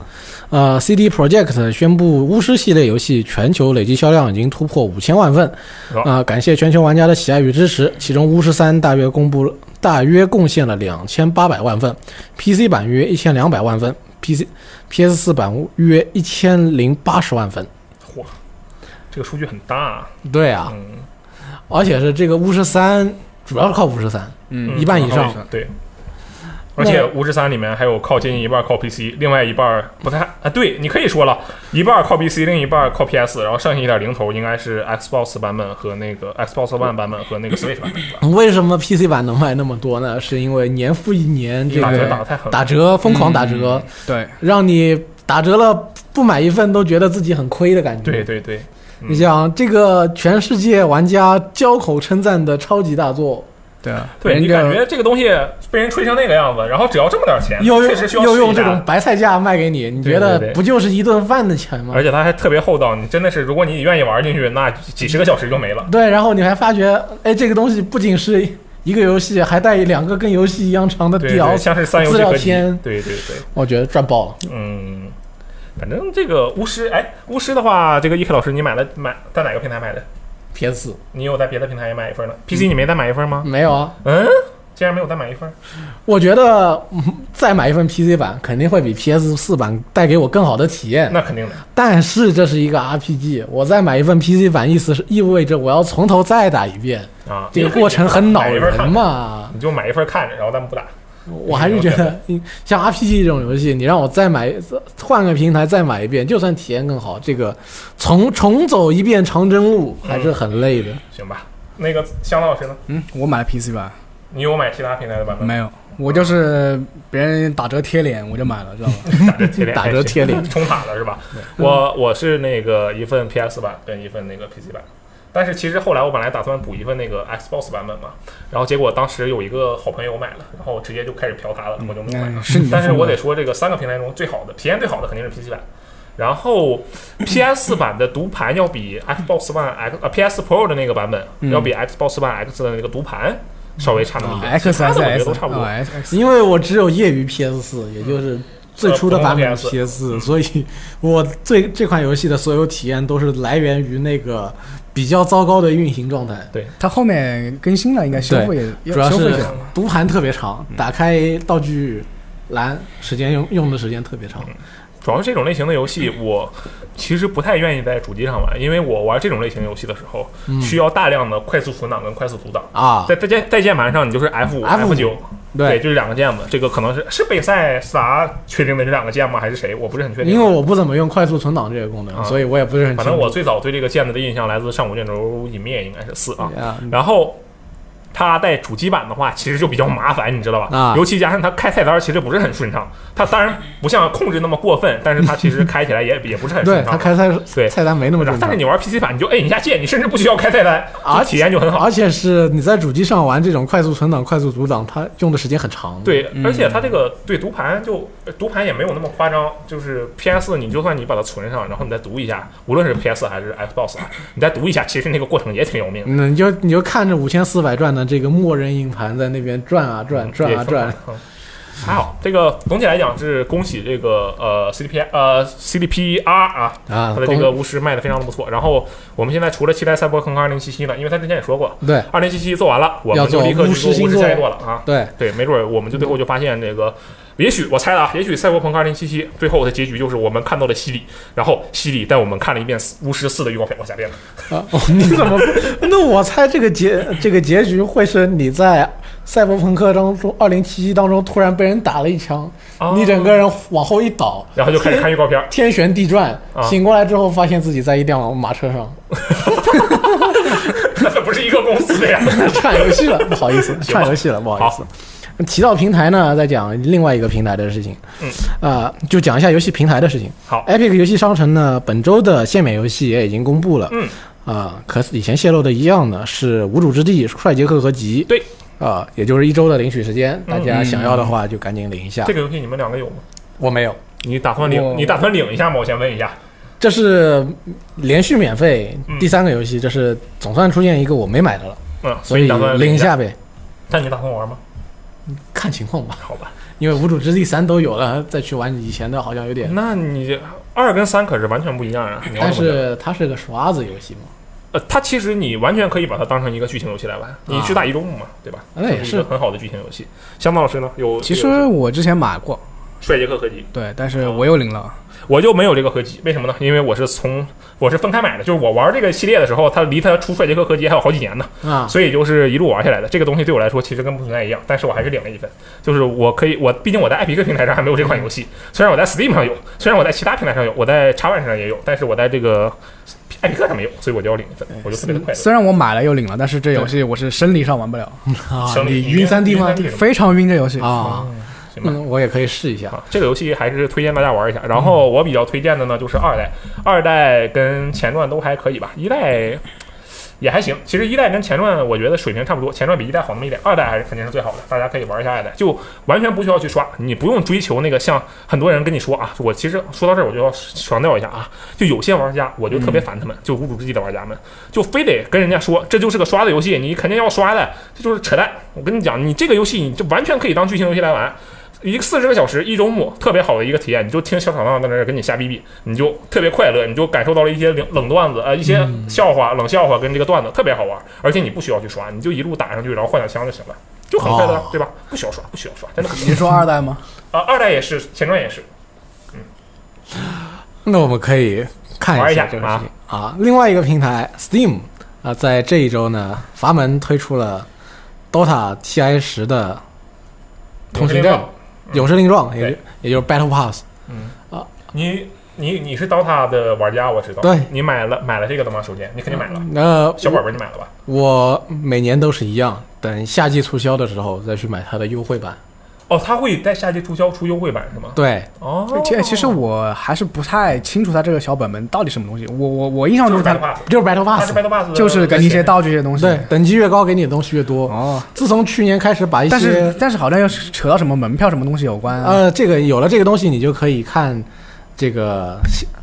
S1: 呃，CD Projekt 宣布《巫师》系列游戏全球累计销量已经突破五千万份，
S2: 好
S1: 啊、感谢全球玩家的喜爱与支持。其中，《巫师三》大约公布了大约贡献了两千八百万份，PC 版约一千两百万份，PC PS 四版约一千零八十万份。
S2: 嚯，这个数据很大、啊，
S1: 对啊，
S2: 嗯，
S1: 而且是这个《巫师三》主要是靠《巫师三》
S3: 嗯
S1: 一半以上
S2: 对，而且《巫师三》里面还有靠接近一半靠 PC，另外一半不太啊，对你可以说了，一半靠 PC，另一半靠 PS，然后剩下一点零头应该是 Xbox 版本和那个 Xbox One 版本和
S1: [clears throat]
S2: 那个 Switch 版本吧。
S1: 为什么 PC 版能卖那么多呢？是因为年复一年这
S2: 打折
S1: 个
S2: 打得太狠了，
S1: 打折疯狂打折，
S2: 嗯
S3: 对，
S1: 让你打折了不买一份都觉得自己很亏的感觉。
S2: 对对对，嗯
S1: 你想这个全世界玩家交口称赞的超级大作，
S3: 对啊，
S2: 对
S3: 人
S2: 你
S3: 家
S2: 感觉这个东西被人吹成那个样子，然后只要这么点钱，
S1: 又
S2: 嗯确实需
S1: 用
S2: 要
S1: 又
S2: 试
S1: 用
S2: 一
S1: 这
S2: 下
S1: 种白菜价卖给你，你
S2: 对
S1: 觉得
S2: 对对
S1: 不就是一顿饭的钱吗？
S2: 而且它还特别厚道，你真的是，如果你愿意玩进去，那几十个小时就没了。
S1: 对，然后你还发觉，哎，这个东西不仅是一个游戏，还带两个跟游戏一样长的
S2: 对对，
S1: DLC，
S2: 像是三游
S1: 资
S2: 戏
S1: 料
S2: 合集
S1: 片，
S2: 对对对，
S1: 我觉得赚爆了。
S2: 嗯，反正这个巫师，哎，巫师的话，这个 E.K 老师，你买了买在哪个平台买的？
S1: PS 4
S2: 你有在别的平台也买一份呢？PC 你没再买一份吗？
S1: 没有啊，
S2: 嗯，竟然没有再买一份，
S1: 我觉得、嗯再买一份 PC 版肯定会比 PS 4版带给我更好的体验。
S2: 那肯定的。
S1: 但是这是一个 RPG，我再买一份 PC 版，意思是意味着我要从头再打一遍，
S2: 啊，
S1: 这个过程很
S2: [laughs]
S1: 恼
S2: 买一份看
S1: 人
S2: 着 [laughs]
S1: 嘛。
S2: 你就买一份看着，然后咱们不打。
S1: 我还是觉得，你像 RPG 这种游戏，你让我再买换个平台再买一遍，就算体验更好，这个重重走一遍长征路还是很累的。
S2: 行吧，那个香老师呢？
S3: 嗯，我买了 PC 版，
S2: 你有买其他平台的版本吗？
S3: 没有，我就是别人打折贴脸我就买了，知道吧？
S2: 打折
S3: [laughs]
S2: 贴脸，
S1: 打折贴脸
S2: [laughs] 哎是冲塔了是吧？我我是那个一份 PS 版跟一份那个 PC 版，但是其实后来我本来打算补一份那个 Xbox 版本嘛，然后结果当时有一个好朋友买了，然后我直接就开始嫖他了，我就没有买
S3: 哎。是你的
S2: 但是
S3: 风格
S2: 我得说，这个三个平台中最好的体验最好的肯定是 PC 版。然后，PS 版的读盘要比 Xbox One X 啊 PS Pro 的那个版本，
S3: 嗯
S2: 要比 Xbox One X 的那个读盘稍微差那么一啊点，其他的我觉得
S3: XSS
S2: 都差不多。
S3: 啊，X-
S1: 因为我只有业余 PS 四，也就是最初的版本
S2: 呃
S1: PS 四，所以我最这款游戏的所有体验都是来源于那个比较糟糕的运行状态。
S3: 它后面更新了，应该修复也
S1: 主要
S3: 修复一
S1: 是
S3: 下。
S1: 读盘特别长，
S2: 嗯
S1: 打开道具栏时间用用的时间特别长。
S2: 嗯主要是这种类型的游戏，
S1: 嗯
S2: 我其实不太愿意在主机上玩，因为我玩这种类型游戏的时候，
S1: 嗯
S2: 需要大量的快速存档跟快速读档。
S1: 啊，
S2: 在在键在键盘上，你就是 F 五、
S1: F5
S2: F 九，
S1: 对
S2: 就是两个键嘛。这个可能是是贝塞斯达确定的这两个键吗？还是谁？我不是很确定。
S1: 因为我不怎么用快速存档这个功
S2: 啊
S1: 能，所以我也不是很清
S2: 反
S1: 楚。
S2: 正我最早对这个键子的印象来自《上古卷轴隐灭》，应该是四啊。
S1: 啊，
S2: 然后它带主机版的话，其实就比较麻烦，你知道吧？
S1: 啊
S2: 尤其加上它开菜单，其实不是很顺畅。它当然不像控制那么过分，但是它其实开起来也也不是很
S1: 对
S2: 顺
S1: 他
S2: 畅。
S1: 开菜
S2: 对啊
S1: 菜单没那么正
S2: 但是
S1: 常，
S2: 你玩 PC 版，你就摁一下键，你甚至不需要开菜单，
S1: 而
S2: 就体验就很好。
S1: 而且是你在主机上玩这种快速存档、快速读档，它用的时间很长。，
S2: 对，而且它这个对读盘就呃读盘也没有那么夸张，就是 PS 你就算你把它存上，然后你再读一下，无论是 PS 还是 Xbox，啊你再读一下，其实那个过程也挺有命的。
S1: 嗯那你就你就看着五千四百转的这个默认硬盘在那边转啊转，转啊转。
S2: 嗯。还好，这个总体来讲是恭喜这个呃 CDP 呃 CDPR 啊，
S1: 啊
S2: 它的这个巫师卖的非常的不错。然后我们现在除了期待赛博朋克二零七七呢，因为他之前也说过，
S1: 对
S2: 二零七七做完了，我
S1: 要
S2: 们就
S1: 做
S2: 立刻去
S1: 巫
S2: 做
S1: 师
S2: 巫
S1: 星
S2: 师
S1: 座
S2: 下一座了啊。
S1: 对，
S2: 对，没准儿我们就最后就发现这个，也许我猜的啊，也许赛博朋克二零七七最后的结局就是我们看到了西里，然后西里带我们看了一遍巫师四的预告片，我下电
S1: [laughs]
S2: 了。
S1: 啊，哦你怎么不？那我猜这个结这个结局会是你在赛博朋克当中二零七七当中突然被人打了一枪，
S2: 哦
S1: 你整个人往后一倒，
S2: 然后就开始看预告片儿， [laughs]
S1: 天旋地转
S2: 啊，
S1: 醒过来之后发现自己在一辆马车上
S2: 那不是一个公司的呀。 [laughs]
S1: [laughs] 串游戏了，不好意思，
S2: 行吧
S1: 串游戏了，不好意思。提到平台呢，再讲另外一个平台的事情，
S2: 嗯，
S1: 呃，就讲一下游戏平台的事情。
S2: 好，
S1: Epic 游戏商城呢，本周的限免游戏也已经公布了，
S2: 嗯，
S1: 啊、和以前泄露的一样呢，是《无主之地》《帅杰克合集》
S2: 对，
S1: 啊、也就是一周的领取时间，大家
S3: 嗯
S1: 想要的话就赶紧领一下。
S2: 这个游戏你们两个有吗？
S1: 我没有，
S2: 你打算领？
S3: 我
S2: 你打算领一下吗？我先问一下。
S1: 这是连续免费
S2: 嗯
S1: 第三个游戏，这是总算出现一个我没买的了，
S2: 嗯，
S1: 所
S2: 你
S1: 以
S2: 打算
S1: 领
S2: 一
S1: 一？下呗，
S2: 但你打算玩吗？
S1: 看情况吧。
S2: 好吧，
S1: 因为《无主之地三》都有了，再去玩以前的好像有点。
S2: 那你二跟三可是完全不一样啊。你要
S1: 但
S2: 这么讲
S1: 是它是个刷子游戏嘛，
S2: 呃，它其实你完全可以把它当成一个剧情游戏来玩，你去打一周目嘛，对吧？
S1: 啊那也
S2: 这一
S1: 是
S2: 个很好的剧情游戏。香港老师呢？有
S3: 其
S2: 有
S3: 实我之前买过，
S2: 帅杰克合集，
S3: 对，但是我又领了，
S2: 我就没有这个合集，为什么呢？因为我是从我是分开买的，就是我玩这个系列的时候，它离它出帅杰克合集还有好几年呢，
S1: 啊，
S2: 所以就是一路玩下来的。这个东西对我来说其实跟不存在一样，但是我还是领了一份。就是我可以，我毕竟我在 Epic 平台上还没有这款游戏，虽然我在 Steam 上有，虽然我在其他平台上有，我在 x One 上也有，但是我在这个 Epic 上没有，所以我就要领一份，我就特别的快乐。
S3: 虽然我买了又领了，但是这游戏我是生理上玩不了，
S1: 啊
S2: 生理
S1: 你晕三 D 吗？
S2: 晕
S3: 非常晕这游戏。
S1: 啊，
S2: 行吧。
S1: 嗯，我也可以试一下。
S2: 啊，这个游戏还是推荐大家玩一下。然后我比较推荐的呢，就是二代，二代跟前传都还可以吧，一代也还行。其实一代跟前传我觉得水平差不多，前传比一代好那么一点，二代还是肯定是最好的，大家可以玩一下二代，就完全不需要去刷，你不用追求那个像很多人跟你说啊，我其实说到这儿我就要强调一下啊，就有些玩家我就特别烦他们，就无主之地的玩家们，就非得跟人家说这就是个刷的游戏，你肯定要刷的，这就是扯淡。我跟你讲，你这个游戏你就完全可以当剧情游戏来玩。一个四十个小时一周目，特别好的一个体验。你就听小厂商在那儿跟你瞎逼逼，你就特别快乐，你就感受到了一些冷冷段子，呃，一些笑话、冷笑话跟这个段子特别好玩，而且你不需要去刷，你就一路打上去，然后换两枪就行了，就很快乐，
S1: 哦
S2: 对吧？不需要刷，不需要刷，真的不需要。
S3: 你说二代吗？
S2: 啊、二代也是，前传也是，
S1: 那我们可以看
S2: 玩一
S1: 下
S2: 下
S1: 这个事情啊。另外一个平台 Steam 啊，在这一周呢，阀门推出了 DOTA TI 十的通行证、勇士令状，嗯也就也就是 Battle Pass。
S2: 嗯
S1: 啊，
S2: 你你你是 DOTA 的玩家，我知道。
S1: 对
S2: 你买了买了这个的吗？首先，你肯定买了。
S1: 那
S2: 小宝贝，你买了吧？
S1: 我每年都是一样，等夏季促销的时候再去买它的优惠版。
S2: 哦，他会在夏季促销出优惠版是吗？
S1: 对，
S2: 哦，
S3: 其其实我还是不太清楚它这个小本本到底什么东西。我我我印象
S2: 就
S3: 中
S2: 是 Battle
S3: 它
S2: Pass，
S1: 就是 Battle
S2: 它
S1: Pass
S2: 是。Battle Pass，的
S3: 就是给你一些
S2: 前
S3: 道具这些东西。
S1: 对，，等级越高，给你的东西越多。
S3: 哦，
S1: 自从去年开始把一
S3: 但是
S1: 些
S3: 但是好像要扯到什么门票什么东西有关啊。
S1: 呃，这个有了这个东西，你就可以看这个，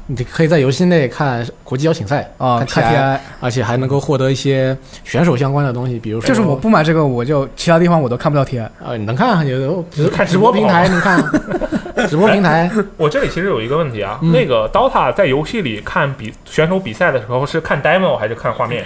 S1: 你可以在游戏内看国际邀请赛
S3: 啊，
S1: 看 TI，
S3: TI，
S1: 而且还能够获得一些选手相关的东西，比如说
S3: 就是我不买这个，我就其他地方我都看不到 TI。
S1: 呃，你能看啊，有
S2: 你看
S1: 直
S2: 直
S1: 播
S2: 播
S1: 平台能看啊，
S3: [laughs]
S1: 直播平台
S2: 我这里其实有一个问题啊，
S1: 嗯
S2: 那个 DOTA 在游戏里看比选手比赛的时候是看 demo 还是看画面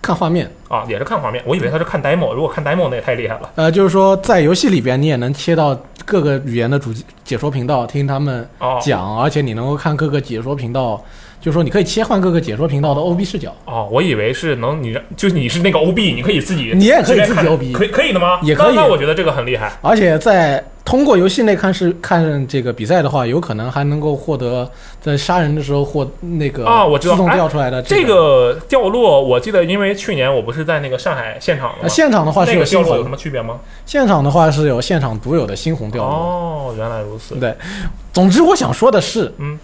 S1: 看画面，
S2: 啊？也是看画面，我以为他是看 demo，如果看 demo 那也太厉害了。
S1: 呃，就是说在游戏里边你也能切到各个语言的主解说频道听他们
S2: 哦
S1: 讲，而且你能够看各个解说频道，就是说你可以切换各个解说频道的 OB 视角，
S2: 哦，我以为是能你让就是你是那个 OB，你可以自己
S1: 你也可以自己
S2: 随便看
S1: OB
S2: 可以可以的吗？
S1: 也可以
S2: 那那我觉得这个很厉害。
S1: 而且在通过游戏内看是看这个比赛的话，有可能还能够获得在杀人的时候获那个
S2: 啊我知道
S1: 自动掉出来的
S2: 这
S1: 个。
S2: 个掉落，我记得因为去年我不是在那个上海现场了
S1: 呃
S2: 吗？
S1: 现场的话是
S2: 那
S1: 有
S2: 个掉
S1: 星
S2: 落有什
S1: 红，
S2: 么区别吗？
S1: 现场的话是有现场独有的猩红掉落。
S2: 哦，原来如此。
S1: 对，总之我想说的是，
S2: 嗯，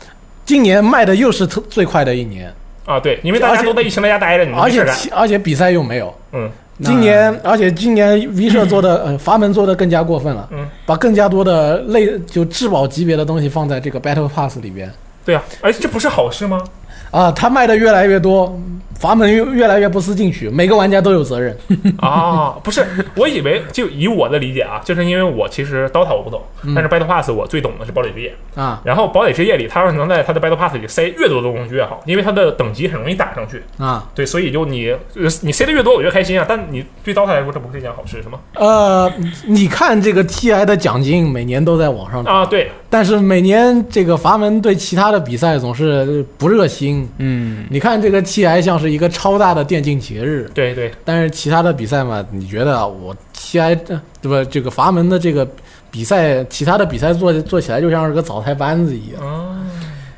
S1: 今年卖的又是特最快的一年，
S2: 啊，对，因为大
S1: 而
S2: 家
S1: 且
S2: 都在疫情在家待着，你
S1: 而
S2: 嗯没事
S1: 且
S2: 干。
S1: 其而且比赛又没有。
S2: 嗯，
S3: 那
S1: 今年，而且今年 V 社做
S2: [clears throat]
S1: 的呃阀门做的更加过分了，
S2: 嗯
S1: 把更加多的类就质保级别的东西放在这个 Battle Pass 里边。
S2: 对啊，哎，这不是好事吗？
S1: 啊，他卖的越来越多，阀门越越来越不思进取，每个玩家都有责任。
S2: 啊，
S1: [laughs]
S2: 不是，我以为就以我的理解啊，就是因为我其实 DOTA 我不懂，
S1: 嗯
S2: 但是 Battle Pass 我最懂的是堡垒之夜。
S1: 啊
S2: 然后堡垒之夜里，它要是能在它的 Battle Pass 里塞越多的东西越好，因为它的等级很容易打上去。
S1: 啊，
S2: 对，所以就你呃你塞的越多，我越开心啊。但你对 DOTA 来说，这不是一件好事，是吗？
S1: 呃，你看这个 TI 的奖金每年都在往上涨，
S2: 啊，对，
S1: 但是每年这个阀门对其他的比赛总是不热心。
S3: 嗯，
S1: 你看这个 TI 像是一个超大的电竞节日，
S2: 对对，
S1: 但是其他的比赛嘛，你觉得啊我 TI 呃对吧？这个阀门的这个比赛，其他的比赛做做起来就像是个早台班子一样，
S2: 啊，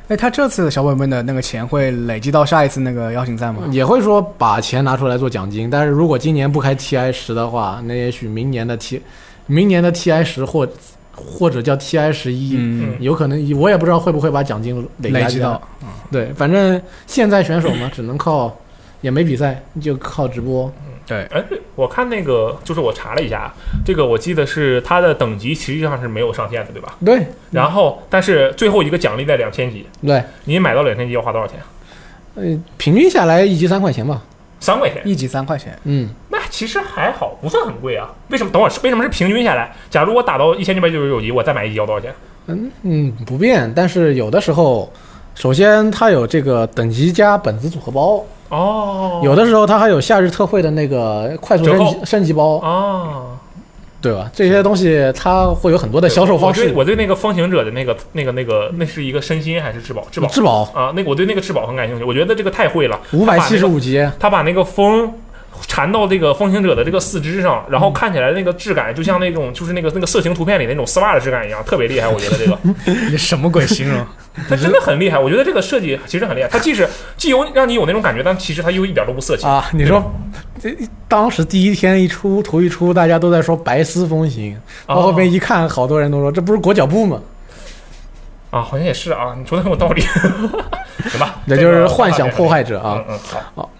S3: 哎，他这次的小本本的那个钱会累积到下一次那个邀请赛吗？
S1: 嗯也会说把钱拿出来做奖金，但是如果今年不开 TI 十的话，那也许明年的 T，明年的 TI 十或或者叫 TI 十一、
S3: 嗯，
S1: 有可能我也不知道会不会把奖金嗯累
S3: 累
S1: 加
S3: 积
S1: 起来
S3: 到。
S1: 对，反正现在选手嘛，只能靠也没比赛，就靠直播。
S3: 对，
S2: 哎，对我看那个就是我查了一下，啊这个我记得是它的等级实际上是没有上限的，对吧？
S1: 对
S2: 然后，但是最后一个奖励在两千级，
S1: 对，
S2: 你买到两千级要花多少钱？
S1: 呃，平均下来一集三块钱吧。
S2: 三块钱。
S3: 一集三块钱，
S1: 嗯，
S2: 那其实还好，不算很贵啊。为什么？等会儿是为什么是平均下来？假如我打到一千九百九十九级，我再买一级要多少钱？
S1: 嗯嗯，不变，但是有的时候。首先，它有这个等级加本子组合包，
S2: 哦，
S1: 有的时候它还有夏日特惠的那个快速
S2: 折
S1: 升
S2: 扣
S1: 级升级包，
S2: 啊，
S1: 对吧？这些东西它会有很多的销售方
S2: 我
S1: 式
S2: 对。我对那个方行者的那个那个那个那是一个身心还是质保质保
S1: 质保
S2: 啊？那个我对那个质保很感兴趣，我觉得这个太会了。
S1: 五百七十五级，
S2: 他把那个风缠到这个风行者的这个四肢上，然后
S1: 嗯
S2: 看起来那个质感就像那种就是那个那个色情图片里那种丝袜的质感一样，特别厉害。我觉得这个
S3: 你什么鬼形容？
S2: 它真的很厉害，我觉得这个设计其实很厉害。它既是既有让你有那种感觉，但其实它又一点都不色情。
S1: 啊，你说，
S2: 嗯
S1: 这当时第一天一出图一出，大家都在说白丝风行，到后
S2: 哦
S1: 面一看，好多人都说这不是裹脚布吗？
S2: 啊，好像也是啊，你说的很有道理。 [laughs] 行吧，
S1: 也
S2: 这
S1: 就
S2: 个
S1: 是
S2: 我
S1: 幻想破坏者
S2: 看
S1: 啊
S2: 看。。嗯嗯，好，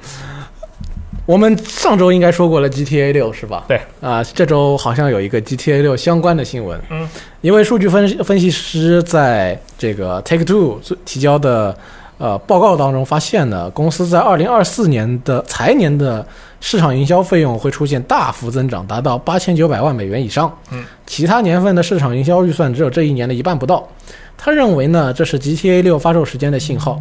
S1: 我们上周应该说过了 GTA 六是吧？
S2: 对
S1: 啊、这周好像有一个 GTA 六相关的新闻。
S2: 嗯，
S1: 一位数据分析分析师在这个 Take Two 提交的呃报告当中发现呢，公司在2024年的财年的市场营销费用会出现大幅增长，达到八千九百万美元以上。
S2: 嗯，
S1: 其他年份的市场营销预算只有这一年的一半不到。他认为呢，这是 GTA 六发售时间的信号。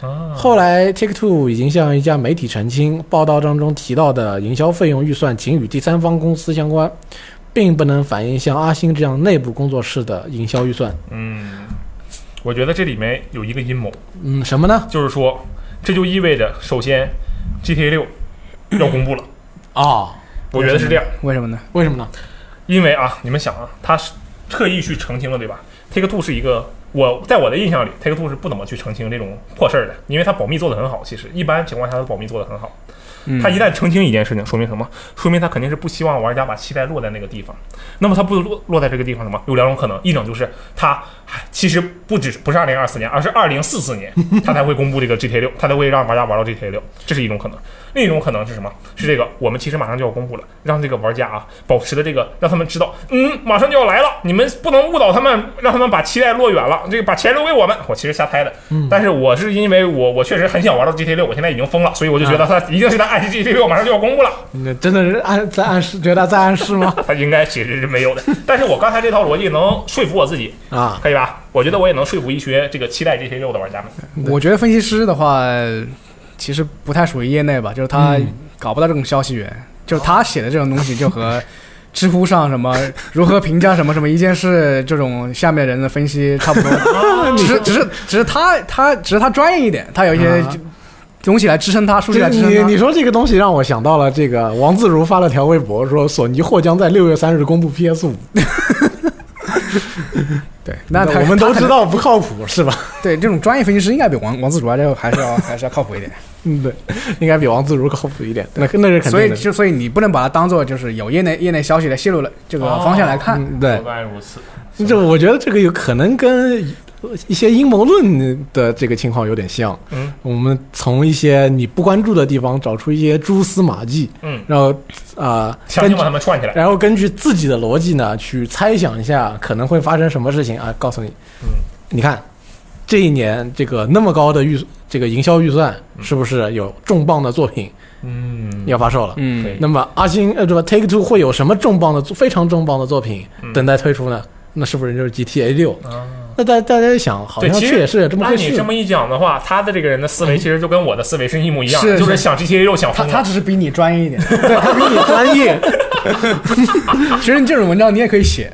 S2: 啊
S1: 后来，Take Two 已经向一家媒体澄清，报道当中提到的营销费用预算仅与第三方公司相关，并不能反映像阿星这样内部工作室的营销预算。
S2: 嗯，我觉得这里面有一个阴谋，
S1: 嗯，什么呢？
S2: 就是说，这就意味着首先 GTA 六要
S1: [coughs]
S2: 公布了，
S1: 啊、
S2: 我觉得是这样。
S3: [laughs]
S1: 嗯
S3: 为什么呢？
S1: 为什么呢？
S2: 因为啊，你们想啊，他是特意去澄清了，对吧？Take Two 是一个我在我的印象里，Take Two 是不怎么去澄清这种破事儿的，因为它保密做得很好。其实一般情况下，它保密做得很好。
S3: 嗯
S2: 他一旦澄清一件事情，说明什么？说明他肯定是不希望玩家把期待落在那个地方。那么他不落落在这个地方什么？有两种可能，一种就是他唉其实不只是不是二零二四年，而是二零四四年他才会公布这个 GTA 六，他才会让玩家玩到 GTA 六，这是一种可能。另一种可能是什么？是这个我们其实马上就要公布了，让这个玩家啊保持的这个，让他们知道，嗯，马上就要来了，你们不能误导他们，让他们把期待落远了，这个把钱留给我们。我其实瞎猜的，但是我是因为我我确实很想玩到 GTA 六，我现在已经疯了，所以我就觉得他一定是在暗示 GTA 六马上就要公布了。
S1: 你真的是暗在暗示，觉得在暗示吗？
S2: 他应该其实是没有的。但是我刚才这套逻辑能说服我自己，
S1: [laughs] 啊，
S2: 可以吧？我觉得我也能说服一些这个期待 GTA 六的玩家们。
S3: 嗯我觉得分析师的话，其实不太属于业内吧，就是他
S1: 嗯
S3: 搞不到这种消息源，就是他写的这种东西就和知乎上什么如何评价什么什么一件事这种下面人的分析差不多，只是只是只是他他只是他专业一点，他有一些
S1: 啊
S3: 东西来支撑他，数据
S1: 这
S3: 来支撑
S1: 你
S3: 他
S1: 你。说这个东西让我想到了这个王自如发了条微博说，索尼或将在六月三日公布 PS 五。
S3: 对，那他
S1: 我们都
S3: 他
S1: 知
S3: 可能
S1: 道不靠谱是吧？
S3: 对这种专业分析师应该比王王自主还是还是要还是要靠谱一点。
S1: 嗯， [laughs] 对，应该比王自如靠谱一点。那那是 [laughs] 肯
S3: 所
S1: 定
S3: 以
S1: 的。
S3: 就所以你不能把它当做就是有业内业内消息来泄露了这个方向来看。
S1: 嗯，对，
S2: 该如此。
S1: 这我觉得这个有可能跟一些阴谋论的这个情况有点像。
S2: 嗯
S1: 我们从一些你不关注的地方找出一些蛛丝马迹，
S2: 嗯，
S1: 然后啊、
S2: 强
S1: 根
S2: 行
S1: 据
S2: 把他们串起来。
S1: 然后根据自己的逻辑呢去猜想一下可能会发生什么事情啊，告诉你，
S2: 嗯，
S1: 你看这一年这个那么高的预这个营销预算，是不是有重磅的作品
S2: 嗯，
S1: 要发售了？
S3: 嗯
S1: 那么阿星呃，对吧？Take Two 会有什么重磅的、非常重磅的作品
S2: 嗯
S1: 等待推出呢？那是不是就是 GTA 六？
S2: 啊，
S1: 那大大家一想，好
S2: 对
S1: 像
S2: 其
S1: 确
S2: 实
S1: 也是这么
S2: 按
S1: 回
S2: 你
S1: 事
S2: 这。么一讲的话，他的这个人的思维其实就跟我的思维是一模一样，
S3: 是
S2: 就是
S3: 是
S2: 想 GTA 六想
S3: 他
S2: 疯
S3: 他
S2: 了。
S3: 只是比你专业一点。
S1: 对，他比你专业。
S3: [laughs] 其实你这种文章你也可以写，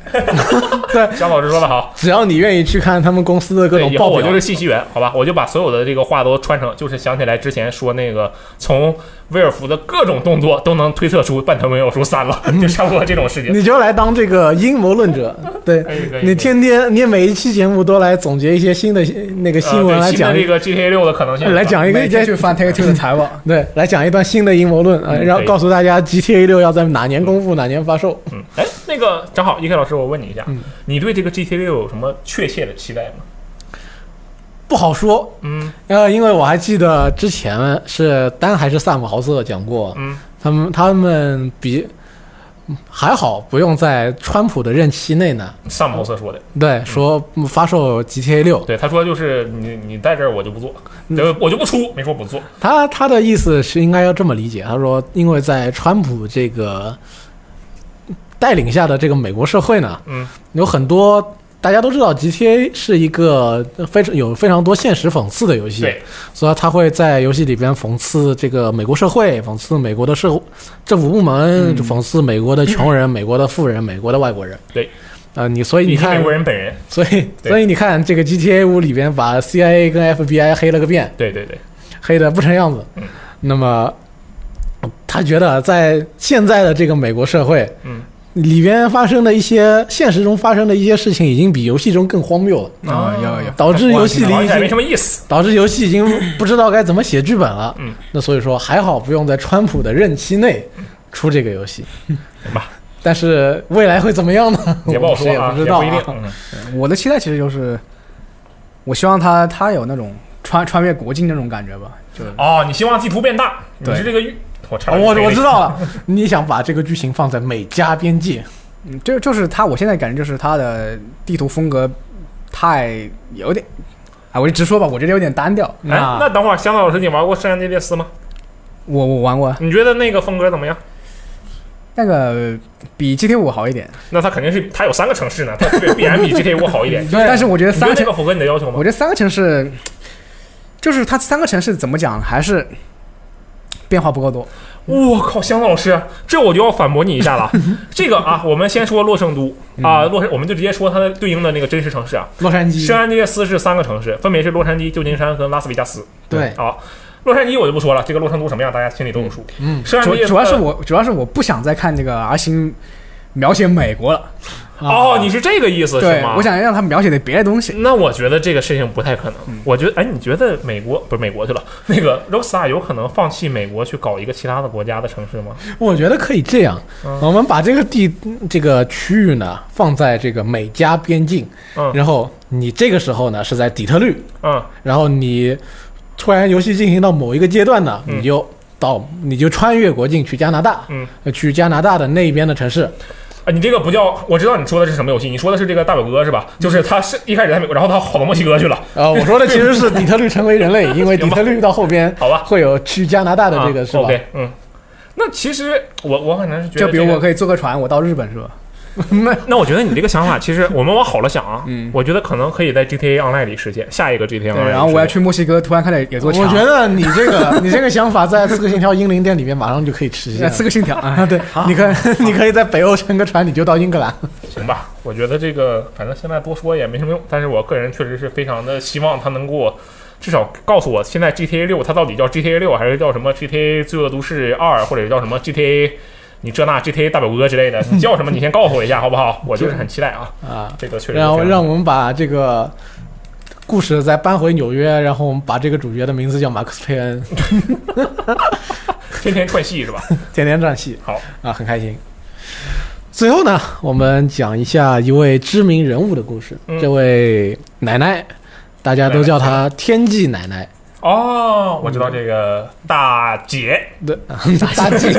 S2: 姜老师说的好，
S1: 只要你愿意去看他们公司的各
S2: 对，
S1: 种
S2: 以后
S1: 报
S2: 我
S1: 表
S2: 就，是信息源，好吧？我就把所有的这个话都穿成，就是想起来之前说那个从威尔福的各种动作都能推测出《半藤没有书三》
S1: [laughs]
S2: 了，就差不多这种事情。
S1: 你就来当这个阴谋论
S2: [laughs]
S1: 者。对
S2: 可以可以可，以
S1: 你天天你每一期节目都来总结一些新的那个新闻
S2: 呃
S1: 来
S2: 对新
S1: 讲
S2: 的，这个 GTA 六的可能性啊
S1: 来讲一个
S3: 每天去翻
S1: [laughs]
S3: Take Two 的财报。
S1: 对，来讲一段新的阴谋论啊，
S2: 嗯
S1: 然后
S2: 可以
S1: 告诉大家 GTA 六要在哪年公布，哪年发售。
S2: 嗯，哎，那个正好，一，E K 老师，我问你一下，
S1: 嗯
S2: 你对这个 GTA 六有什么确切的期待吗？
S1: 不好说，
S2: 嗯
S1: 呃，因为我还记得之前是丹还是萨姆豪瑟讲过，
S2: 嗯
S1: 他们他们比嗯还好不用在川普的任期内呢。
S2: 萨姆豪瑟说的，
S1: 对，说嗯发售 GTA 六，
S2: 对，他说就是你你在这儿我就不做，
S1: 嗯
S2: 对我就不出，没说不做。
S1: 他他的意思是应该要这么理解，他说因为在川普这个带领下的这个美国社会呢，
S2: 嗯
S1: 有很多大家都知道 GTA 是一个非常有非常多现实讽刺的游戏，
S2: 对，
S1: 所以它会在游戏里边讽刺这个美国社会，讽刺美国的社政府部门，
S3: 嗯
S1: 讽刺美国的穷
S2: [laughs]
S1: 人、美国的富人、美国的外国人。
S2: 对，
S1: 呃，你所以你
S2: 以及美
S1: 看
S2: 国，人本人，
S1: 所以
S2: 对
S1: 所以你看这个 GTA 五里边把 CIA 跟 FBI 黑了个遍，
S2: 对对对，
S1: 黑的不成样子
S2: 嗯。
S1: 那么他觉得在现在的这个美国社会，
S2: 嗯，
S1: 里边发生的一些现实中发生的一些事情，已经比游戏中更荒谬了。
S3: 啊，有有，
S1: 导
S2: 哎
S1: 致游戏里
S2: 玩
S1: 已
S2: 起来没什
S1: 经
S2: 么意思。
S1: 导致游戏已经不知道该怎么写剧本了。
S2: 嗯，
S1: 那所以说还好不用在川普的任期内出这个游戏。
S2: 行吧，
S1: 但是未来会怎么样呢？
S2: [laughs] 也不好说啊，
S1: 我们也不
S2: 也
S1: 知道
S2: 不
S1: 啊
S2: 一定。嗯
S3: 我的期待其实就是，我希望他他有那种穿穿越国境那种感觉吧，就
S2: 哦，你希望地图变大，你
S3: 对
S2: 是这个欲，我差点
S1: 哦我
S2: 没
S1: 我知
S2: 理
S1: 道了，你想把这个剧情放在美加边界，
S3: 嗯，就就是他，我现在感觉就是他的地图风格太有点，啊，我就直说吧，我觉得有点单调。
S2: 哎，
S1: 啊
S2: 那等会儿，香草老师，你玩过《圣安地列斯》吗？
S3: 我我玩过
S2: 你觉得那个风格怎么样？
S3: 那个比 GTA 五好一点，
S2: 那它肯定是它有三个城市呢，它必必然比 GTA 五
S1: [laughs]
S2: 好一点。你
S1: 对
S3: 但是我觉得
S2: 觉
S3: 三
S2: 得
S3: 个
S2: 这
S3: 城，
S2: 个符合你的要求吗
S3: 我？觉得三个城市，就是它三个城市怎么讲，还是变化不够多。
S2: 我靠，香草老师，这我就要反驳你一
S1: [laughs]
S2: 下了。这个啊，我们先说洛圣都
S1: 嗯
S2: 啊，洛圣，我们就直接说它的对应的那个真实城市啊。
S1: 洛杉矶
S2: 圣安地列斯是三个城市，分别是洛杉矶、旧金山和拉斯维加斯。
S1: 对，
S2: 好，洛杉矶我就不说了，这个洛圣都什么样，大家心里都有数。
S1: 嗯
S2: 圣安
S3: 主
S2: 地列斯
S3: 主要是我主要是我不想再看这个 R 星描写美国了，
S2: 哦，你是这个意思是
S3: 啊对
S2: 吗？，
S3: 我想让他描写点别的东西。
S2: 那我觉得这个事情不太可能。
S3: 嗯
S2: 我觉得，哎，你觉得美国不是美国 [laughs] 去了？那个 Rockstar 有可能放弃美国去搞一个其他的国家的城市吗？
S1: 我觉得可以这样，
S2: 嗯
S1: 我们把这个地这个区域呢放在这个美加边境，
S2: 嗯
S1: 然后你这个时候呢是在底特律，
S2: 嗯，
S1: 然后你突然游戏进行到某一个阶段呢，
S2: 嗯
S1: 你就到你就穿越国境去加拿大，
S2: 嗯
S1: 呃，去加拿大的那一边的城 [laughs] 市，
S2: 啊，你这个不叫，我知道你说的是什么游戏，你说的是这个大表哥是
S3: 嗯
S2: 吧？就是他是一开始在美国，然后他跑到墨西哥
S3: [laughs]
S2: 去了，
S1: 呃，我说的其实是底特律成为人 [laughs] 类，因为底特律到后边
S2: 好吧？
S1: 会有去加拿大的这个
S2: 啊
S1: 是吧？
S2: OK，嗯。那其实我我可能是觉得、
S3: 就比如我可以坐个船，我到日本是吧？
S2: 那那我觉得你这个想法，其实我们往好了想啊，
S3: 嗯
S2: 我觉得可能可以在 GTA Online 里实现下一个 GTA
S3: 对，
S2: Online 里
S3: 然后我要
S2: 实现
S3: 去墨西哥，突然看到有座
S1: 我
S3: 桥，啊
S1: 觉得你这 [laughs] 个你这个想法在《刺客信条：英灵殿》里面马上就可以实 [laughs] 现
S3: 呃
S1: 了。
S3: 刺客信条啊， [laughs] 对，
S1: 你可你可以在北欧乘个船，你就到英格兰。
S2: 行吧，我觉得这个反正现在多说也没什么用，但是我个人确实是非常的希望他能给我至少告诉我，现在 GTA 六它到底叫 GTA 六还是叫什么 GTA 罪恶都市二，或者叫什么 GTA 你这那 GTA 大表哥之类的，你叫什么你先告诉我一下好不好？我就是很期待啊，
S1: 啊，
S2: 这个确实是
S1: 然后
S2: 非常
S1: 让我们把这个故事再搬回纽约，然后我们把这个主角的名字叫马克思佩恩，
S2: 天天串戏是吧？
S1: 天天转戏。
S2: 好
S1: 啊，很开心。最后呢，我们讲一下一位知名人物的故事。
S2: 嗯
S1: 这位奶奶，大家都叫她天际奶奶。
S2: 哦，我知道这个大姐
S1: 对， [laughs] 大
S2: [laughs]
S1: 姐，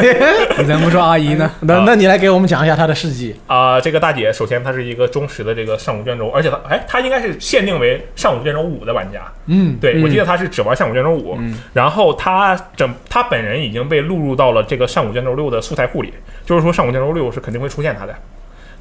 S3: 你怎么不说阿姨呢？
S1: 那那你来给我们讲一下她的事迹。
S2: 啊、这个大姐首先她是一个忠实的这个上古卷轴，而且她哎，她应该是限定为上古卷轴五的玩家，
S1: 嗯，
S2: 对，我
S3: 嗯
S2: 记得他是只玩《上古卷轴五》
S3: 嗯
S2: 然后他整他本人已经被录入到了这个《上古卷轴六》的素材库里，就是说《上古卷轴六》是肯定会出现他的。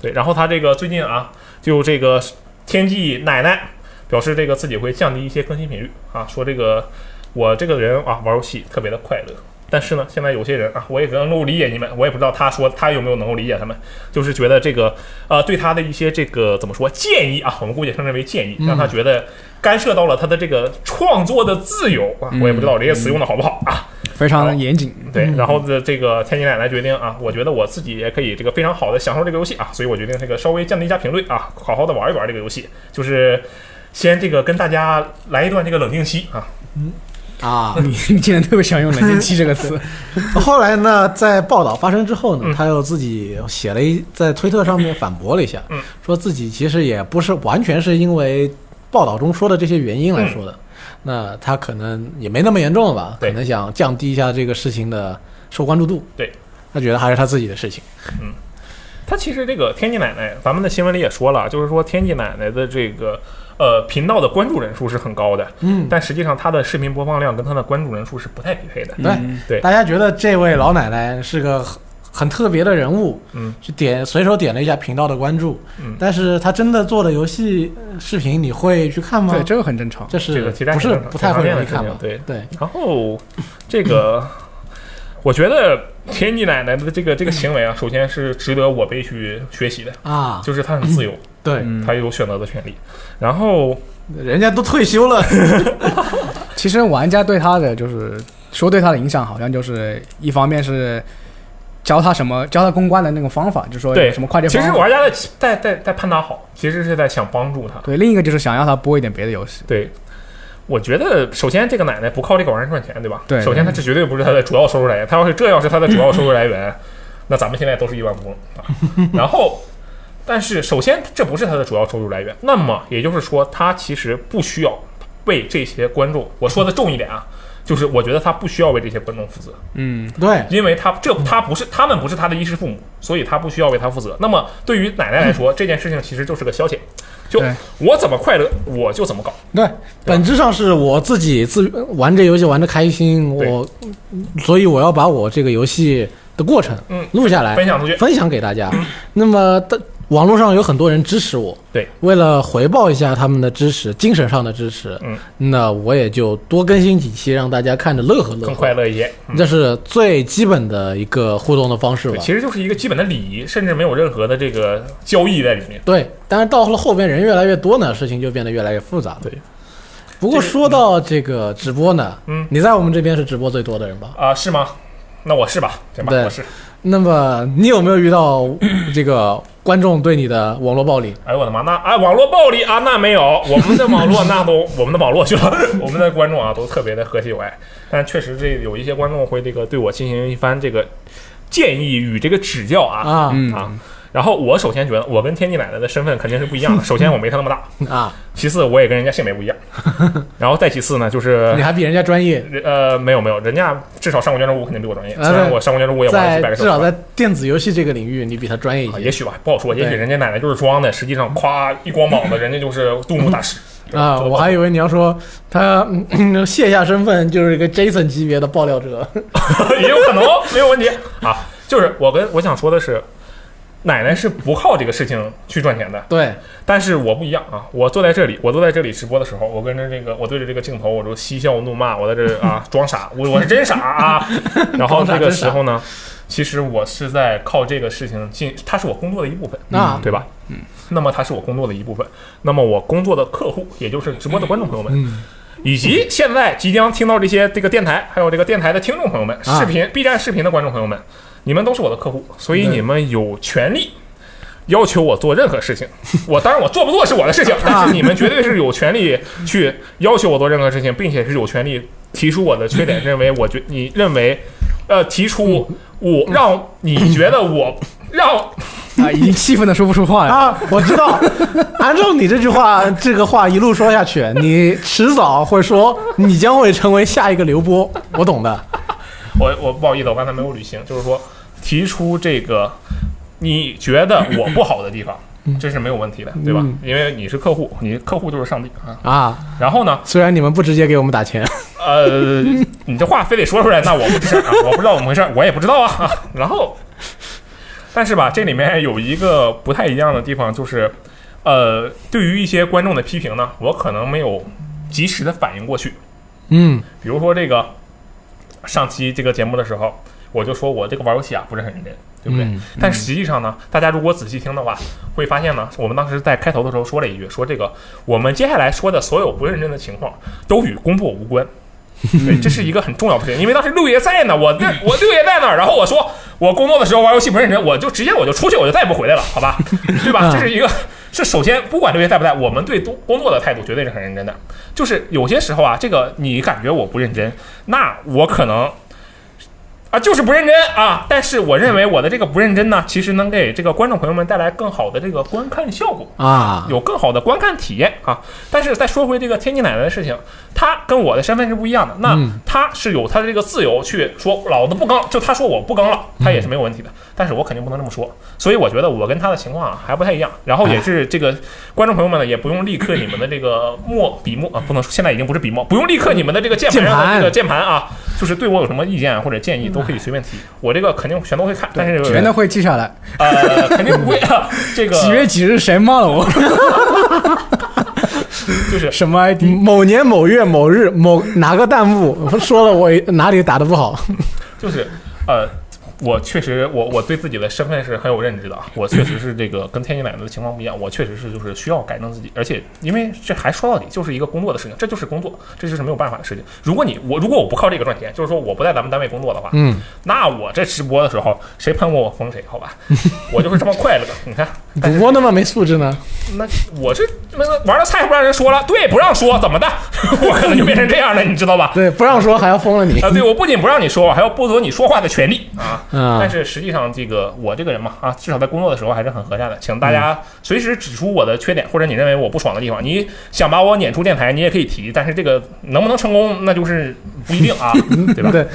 S2: 对，然后他这个最近啊，就这个天际奶奶表示这个自己会降低一些更新频率啊，说这个我这个人啊玩游戏特别的快乐。但是呢，现在有些人啊，我也能够理解你们，我也不知道他说他有没有能够理解他们，就是觉得这个呃，对他的一些这个怎么说建议啊，我们姑且称之为建议，让他觉得干涉到了他的这个创作的自由啊，我也不知道这些词用的好不好啊。
S3: 非常严谨，
S2: 对，然后这这个天津奶奶决定啊，我觉得我自己也可以这个非常好的享受这个游戏啊，所以我决定这个稍微降低一下频率啊，好好的玩一玩这个游戏，就是先这个跟大家来一段这个冷静期啊，
S1: 啊，
S3: [laughs] 你你竟然特别喜欢用“冷静期”这个词，
S1: [laughs] 后来呢，在报道发生之后呢
S2: 嗯，
S1: 她又自己写了一在推特上面反驳了一下
S2: 嗯，
S1: 说自己其实也不是完全是因为报道中说的这些原因来说的，那她可能也没那么严重了吧，
S2: 嗯对
S1: 可能想降低一下这个事情的受关注度。
S2: 对，
S1: 她觉得还是她自己的事情。
S2: 他其实这个天际奶奶，咱们的新闻里也说了，就是说天际奶奶的这个呃频道的关注人数是很高的，
S1: 嗯，
S2: 但实际上她的视频播放量跟她的关注人数是不太匹配的。
S1: 对
S3: 嗯
S2: 对
S1: 大家觉得这位老奶奶是个很很特别的人物，
S2: 嗯，
S1: 就点随手点了一下频道的关注，
S2: 嗯
S1: 但是他真的做的游戏呃视频，你会去看吗？
S3: 对，这个很正常。
S1: 这
S2: 啊这
S1: 是
S2: 个其实
S1: 不
S2: 还
S1: 是
S2: 挺
S1: 不太
S2: 常
S1: 会
S2: 见
S1: 容易
S2: 的事
S1: 看嗯
S2: 情
S1: 吧？
S2: 对
S1: 对，
S2: 然后这个，我觉得天际奶奶的这个这个行为啊，首先是值得我辈去学习的，
S1: 啊，
S2: 就是她很自由，
S1: 对，
S3: 嗯
S2: 她有选择的权利。然后，
S1: 人家都退休了，
S3: 其实玩家对他的就是说对他的影响，好像就是一方面是教他什么教他公关的那种方法，就说
S2: 对
S3: 有什么快捷
S2: 其
S3: 方
S2: 实
S3: 法。
S2: 玩家在在在在盼她好，其实是在想帮助她。
S3: 对，另一个就是想让他播一点别的游戏。
S2: 对，我觉得首先这个奶奶不靠这个玩意儿赚钱，对吧？
S3: 对
S2: 首先，她这绝对不是她的主要收入
S3: [laughs]
S2: 来源。她要是这要是她的主要收入来源，那咱们现在都是亿万富翁
S3: [laughs]
S2: 啊。然后，但是首先这不是她的主要收入来源，那么也就是说，她其实不需要为这些观众。我说的重一点
S3: [laughs]
S2: 啊。就是我觉得她不需要为这些观众负责，
S3: 嗯，
S1: [laughs] 对，
S2: 因为她这她不是他们不是她的衣食父母，所以她不需要为他负责。那么对于奶奶来
S3: [laughs]
S2: 说，这件事情其实就是个消遣，就
S3: 对
S2: 我怎么快乐我就怎么搞，
S1: 对，本质上是我自己自玩这游戏玩的开心，
S2: 对
S1: 我，所以我要把我这个游戏的过程
S2: 嗯
S1: 录下来，
S2: 分享出去。嗯
S1: 分享给大家。那么，但网络上有很多人支持我，
S2: 对，
S1: 为了回报一下他们的支持，精神上的支持，
S2: 嗯，
S1: 那我也就多更新几期，让大家看着乐呵乐呵。
S2: 更快乐一些。嗯
S1: 这是最基本的一个互动的方式
S2: 对，
S1: 吧？
S2: 其实就是一个基本的礼仪，甚至没有任何的这个交易在里面。
S1: 对，但是到了后边人越来越多呢，事情就变得越来越复杂了。
S2: 对，
S1: 不过说到这个直播呢，
S2: 嗯
S1: 你在我们这边是直播最多的人吧？
S2: 啊、是吗？那我是吧，行吧，
S1: 对
S2: 我是。
S1: 那么你有没有遇到这个观众对你的网络暴力？
S2: 哎呦我的妈，那啊，网络暴力啊，那没有， [laughs] 我们的网络那都 [laughs] 我们的网络去了，我们的观众啊都特别的和谐友爱，但确实这有一些观众会这个对我进行一番这个建议与这个指教啊
S1: 啊
S3: 嗯
S2: 啊。然后我首先觉得我跟天地奶奶的身份肯定是不一样的，首先我没她那么大，
S1: 啊！
S2: 其次我也跟人家性别不一样，
S1: [laughs]
S2: 然后再其次呢就是
S1: 你还比人家专
S2: [laughs]
S1: 业，
S2: 人呃，没有没有，人家至少上过建筑物，肯定比我专业。
S1: 呃
S2: 虽然我上过建筑物也玩了
S1: 在
S2: 几百个
S1: 至
S2: 小
S1: 少
S2: 时
S1: 在电子游戏这个领域，你比他专业一
S2: 啊，
S1: 些
S2: 也许吧，不好说。也许
S1: 对
S2: 人家奶奶就是装的，实际上咵一光膀子，人家就是杜牧大师
S1: [laughs] 啊！我还以
S2: 有
S1: 为你要说他嗯卸下身份就是一个 Jason 级别的爆料者
S2: 嗯也有可能没有问题啊。就是我跟我想说的是，奶奶是不靠这个事情去赚钱的，
S1: 对，
S2: 但是我不一样啊。我坐在这里，我坐在这里直播的时候，我跟着这个，我对着这个镜头，我就嬉笑怒骂，我在这啊装傻，我我是真傻
S1: [laughs]
S2: 啊。然
S1: 装
S2: 后
S1: 傻
S2: 这个
S1: 真傻
S2: 时候呢，其实我是在靠这个事情进，它是我工作的一部分。
S1: 啊
S2: 对吧？嗯，那么它是我工作的一部分。那么我工作的客户，也就是直播的观众朋友们，
S1: 嗯
S2: 以及现在即将听到这些这个电台，还有这个电台的听众朋友们，
S1: 啊嗯
S2: 视频 B 站视频的观众朋友们，你们都是我的客户，所以
S1: 对
S2: 你们有权利。要求我做任
S1: [laughs]
S2: 何事情，我当然我做不做是我的事
S1: 啊
S2: 情，但是你们绝对是有权利去要求我做任何事情，并且是有权利提出我的缺点，认为我觉你认为，呃，提
S1: 嗯
S2: 出我让你觉得我让
S3: [laughs] 啊，已经气愤的说不出话了。
S1: 啊！我知道，按照你这句话，这个话一路说下去，你迟早会说你将会成为下一个刘波，我懂的。
S2: 我我不好意思，我刚才没有履行，就是说提出这个你觉得我不好的地方，这是没有问题的，对吧？因为你是客户，你客户就是上帝啊。
S1: 啊，
S2: 然后呢，
S1: 虽然你们不直接给我们打钱，
S2: 呃，你这话非得说出来，那我不吱声啊，我不知道怎么回事儿，我也不知道啊。 [laughs] 啊然后，但是吧，这里面有一个不太一样的地方，就是呃，对于一些观众的批评呢，我可能没有及时的反应过去。
S1: 嗯
S2: 比如说这个上期这个节目的时候，我就说我这个玩游戏啊不是很认真，对不对？
S1: 嗯
S2: 但实际上呢，大家如果仔细听的话，会发现呢，我们当时在开头的时候说了一句，说这个我们接下来说的所有不认真的情况都与工作无关。 [laughs] 对，这是一个很重要的事情，因为当时六爷在呢，我那我六爷在那儿，然后我说我工作的时候玩游戏不认真，我就直接我就出去，我就再也不回来了，好吧？对吧？
S1: 嗯
S2: 这是一个，这首先不管六爷在不在，我们对工工作的态度绝对是很认真的。就是有些时候啊，这个你感觉我不认真，那我可能啊就是不认真啊，但是我认为我的这个不认真呢，其实能给这个观众朋友们带来更好的这个观看效果。
S1: 啊，
S2: 有更好的观看体验啊。但是再说回这个天津奶奶的事情，她跟我的身份是不一样的。那
S1: 嗯
S2: 她是有她的这个自由去说，老子不更，就她说我不更了，
S3: 嗯
S2: 她也是没有问题的。但是我肯定不能这么说，所以我觉得我跟她的情况啊还不太一样。然后
S3: 哎
S2: 也是这个观众朋友们呢，也不用力克你们的这个墨笔墨啊，不能说现在已经不是笔墨，不用力克你们的这个键盘上的这个键盘啊，就是对我有什么意见或者建议都可以随便提，我这个肯定全都会看，但是
S3: 嗯全都会记下来。
S2: 呃肯定不
S3: [laughs]
S2: 会啊，这个
S3: 几月几日谁骂了 [laughs] 我？
S2: 就是
S3: 什么 ID？
S1: 某年某月某日某哪个弹幕说了我哪里打的不好，
S2: 就是呃。我确实，我我对自己的身份是很有认知的啊。我确实是这个跟天津奶奶的情况不一样，我确实是就是需要改正自己，而且因为这还说到底就是一个工作的事情，这就是工作，这就是没有办法的事情。如果你我如果我不靠这个赚钱，就是说我不在咱们单位工作的话，
S1: 嗯，
S2: 那我这直播的时候谁喷我我封谁，好吧，我就是这么快乐。你看，但
S1: 主
S2: 是
S1: 播那么没素质呢？
S2: 那我这那玩到菜不让人说了，对，不让说怎么的， [laughs] 我可能就变成这样了，你知道吧？
S1: 对，不让说还要封了你
S2: 啊，对，我不仅不让你说，我还要剥夺你说话的权利啊。
S1: 啊
S2: 但！是实际上，这个我这个人嘛，啊，至少在工作的时候还是很和善的，请大
S1: 嗯
S2: 家随时指出我的缺点，或者你认为我不爽的地方。你想把我撵出电台，你也可以提，但是这个能不能成功，那就是不一定
S1: [laughs]
S2: 啊，对吧？
S1: 对，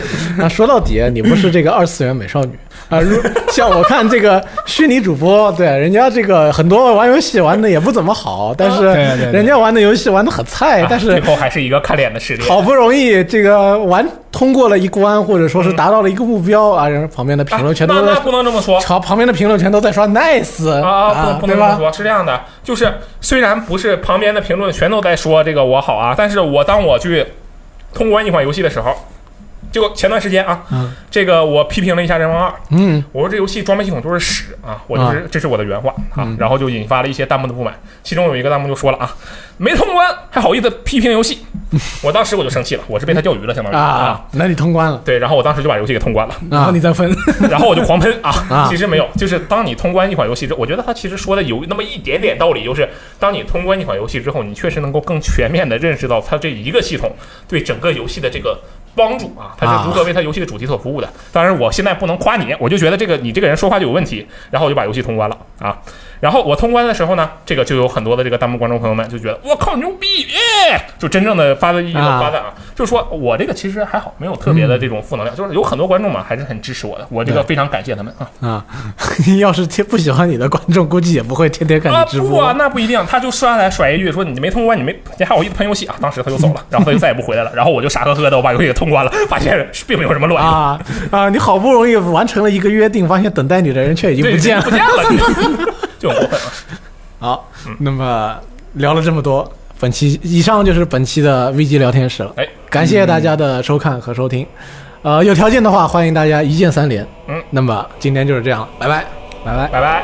S1: 啊，说到底，你不是这个二次元美少女啊。如像我看这个虚拟主播，对人家这个很多玩游戏玩的也不怎么好，但是
S3: 啊对对对
S1: 人家玩的游戏玩的很菜
S2: 啊，
S1: 哎但
S2: 最
S1: 是
S2: 后还是一个看脸的事例。
S1: 好不容易这个玩通过了一关，或者说是达到了一个目标啊，然后旁边的评论全
S2: 啊
S1: 都
S2: 那
S1: 在
S2: 那，不能这么说，
S1: 朝旁边的评论全都在刷 nice
S2: 啊，不不
S1: 对
S2: 能这么
S1: 吧？
S2: 说，是这样的，就是虽然不是旁边的评论全都在说这个我好啊，但是我当我去通关一款游戏的时候，就前段时间啊，
S1: 嗯
S2: 这个我批评了一下《人王二》，
S1: 嗯，
S2: 我说这游戏装备系统就是屎啊，我就是、这是我的原话啊，
S1: 嗯
S2: 然后就引发了一些弹幕的不满，其中有一个弹幕就说了啊，没通关还好意思批评游戏， [laughs] 我当时我就生气了，我是被他钓鱼了，相当于
S1: 啊，那你通关了
S2: 对，然后我当时就把游戏给通关了。
S3: 然后
S1: 啊
S3: 你再分， [laughs]
S2: 然后我就狂喷
S1: 啊
S2: 啊！其实没有，就是当你通关一款游戏之后，我觉得他其实说的有那么一点点道理，就是当你通关一款游戏之后，你确实能够更全面的认识到它这一个系统对整个游戏的这个。帮助啊，它是如何为它游戏的主题所服务的？当然，我现在不能夸你，我就觉得这个你这个人说话就有问题，然后我就把游戏通关了啊。然后我通关的时候呢，这个就有很多的这个弹幕观众朋友们就觉得我靠牛逼，耶！就真正的发自一个
S1: 啊
S2: 发赞啊，就是说我这个其实还好，没有特别的这种负能量，就是有很多观众嘛还是很支持我的，我这个
S1: 嗯对
S2: 非常感谢他们啊
S1: 啊！ [laughs] 要是贴不喜欢你的观众，估计也不会天天看
S2: 啊
S1: 你直
S2: 不
S1: 播
S2: 啊，那不一定，他就上来甩一句说你没通关，你没你还好意思喷游戏啊，当时他就走了，然后他就再也不回来了，然后我就傻呵呵的我把游戏给通关了，发现并没有什么卵用。
S1: 啊啊！你好不容易完成了一个约定，发现等待你的人却已经
S2: 对
S1: 不见
S2: [laughs] 不
S1: 了。
S2: 见了，就很过分啊！
S1: 好，那么聊了这么多，本期以上就是本期的 VG 聊天室了。
S2: 哎，
S1: 感谢大家的收看和收听。呃，有条件的话，欢迎大家一键三连。
S2: 嗯，
S1: 那么今天就是这样了，拜拜。
S3: 拜拜。
S2: 拜拜。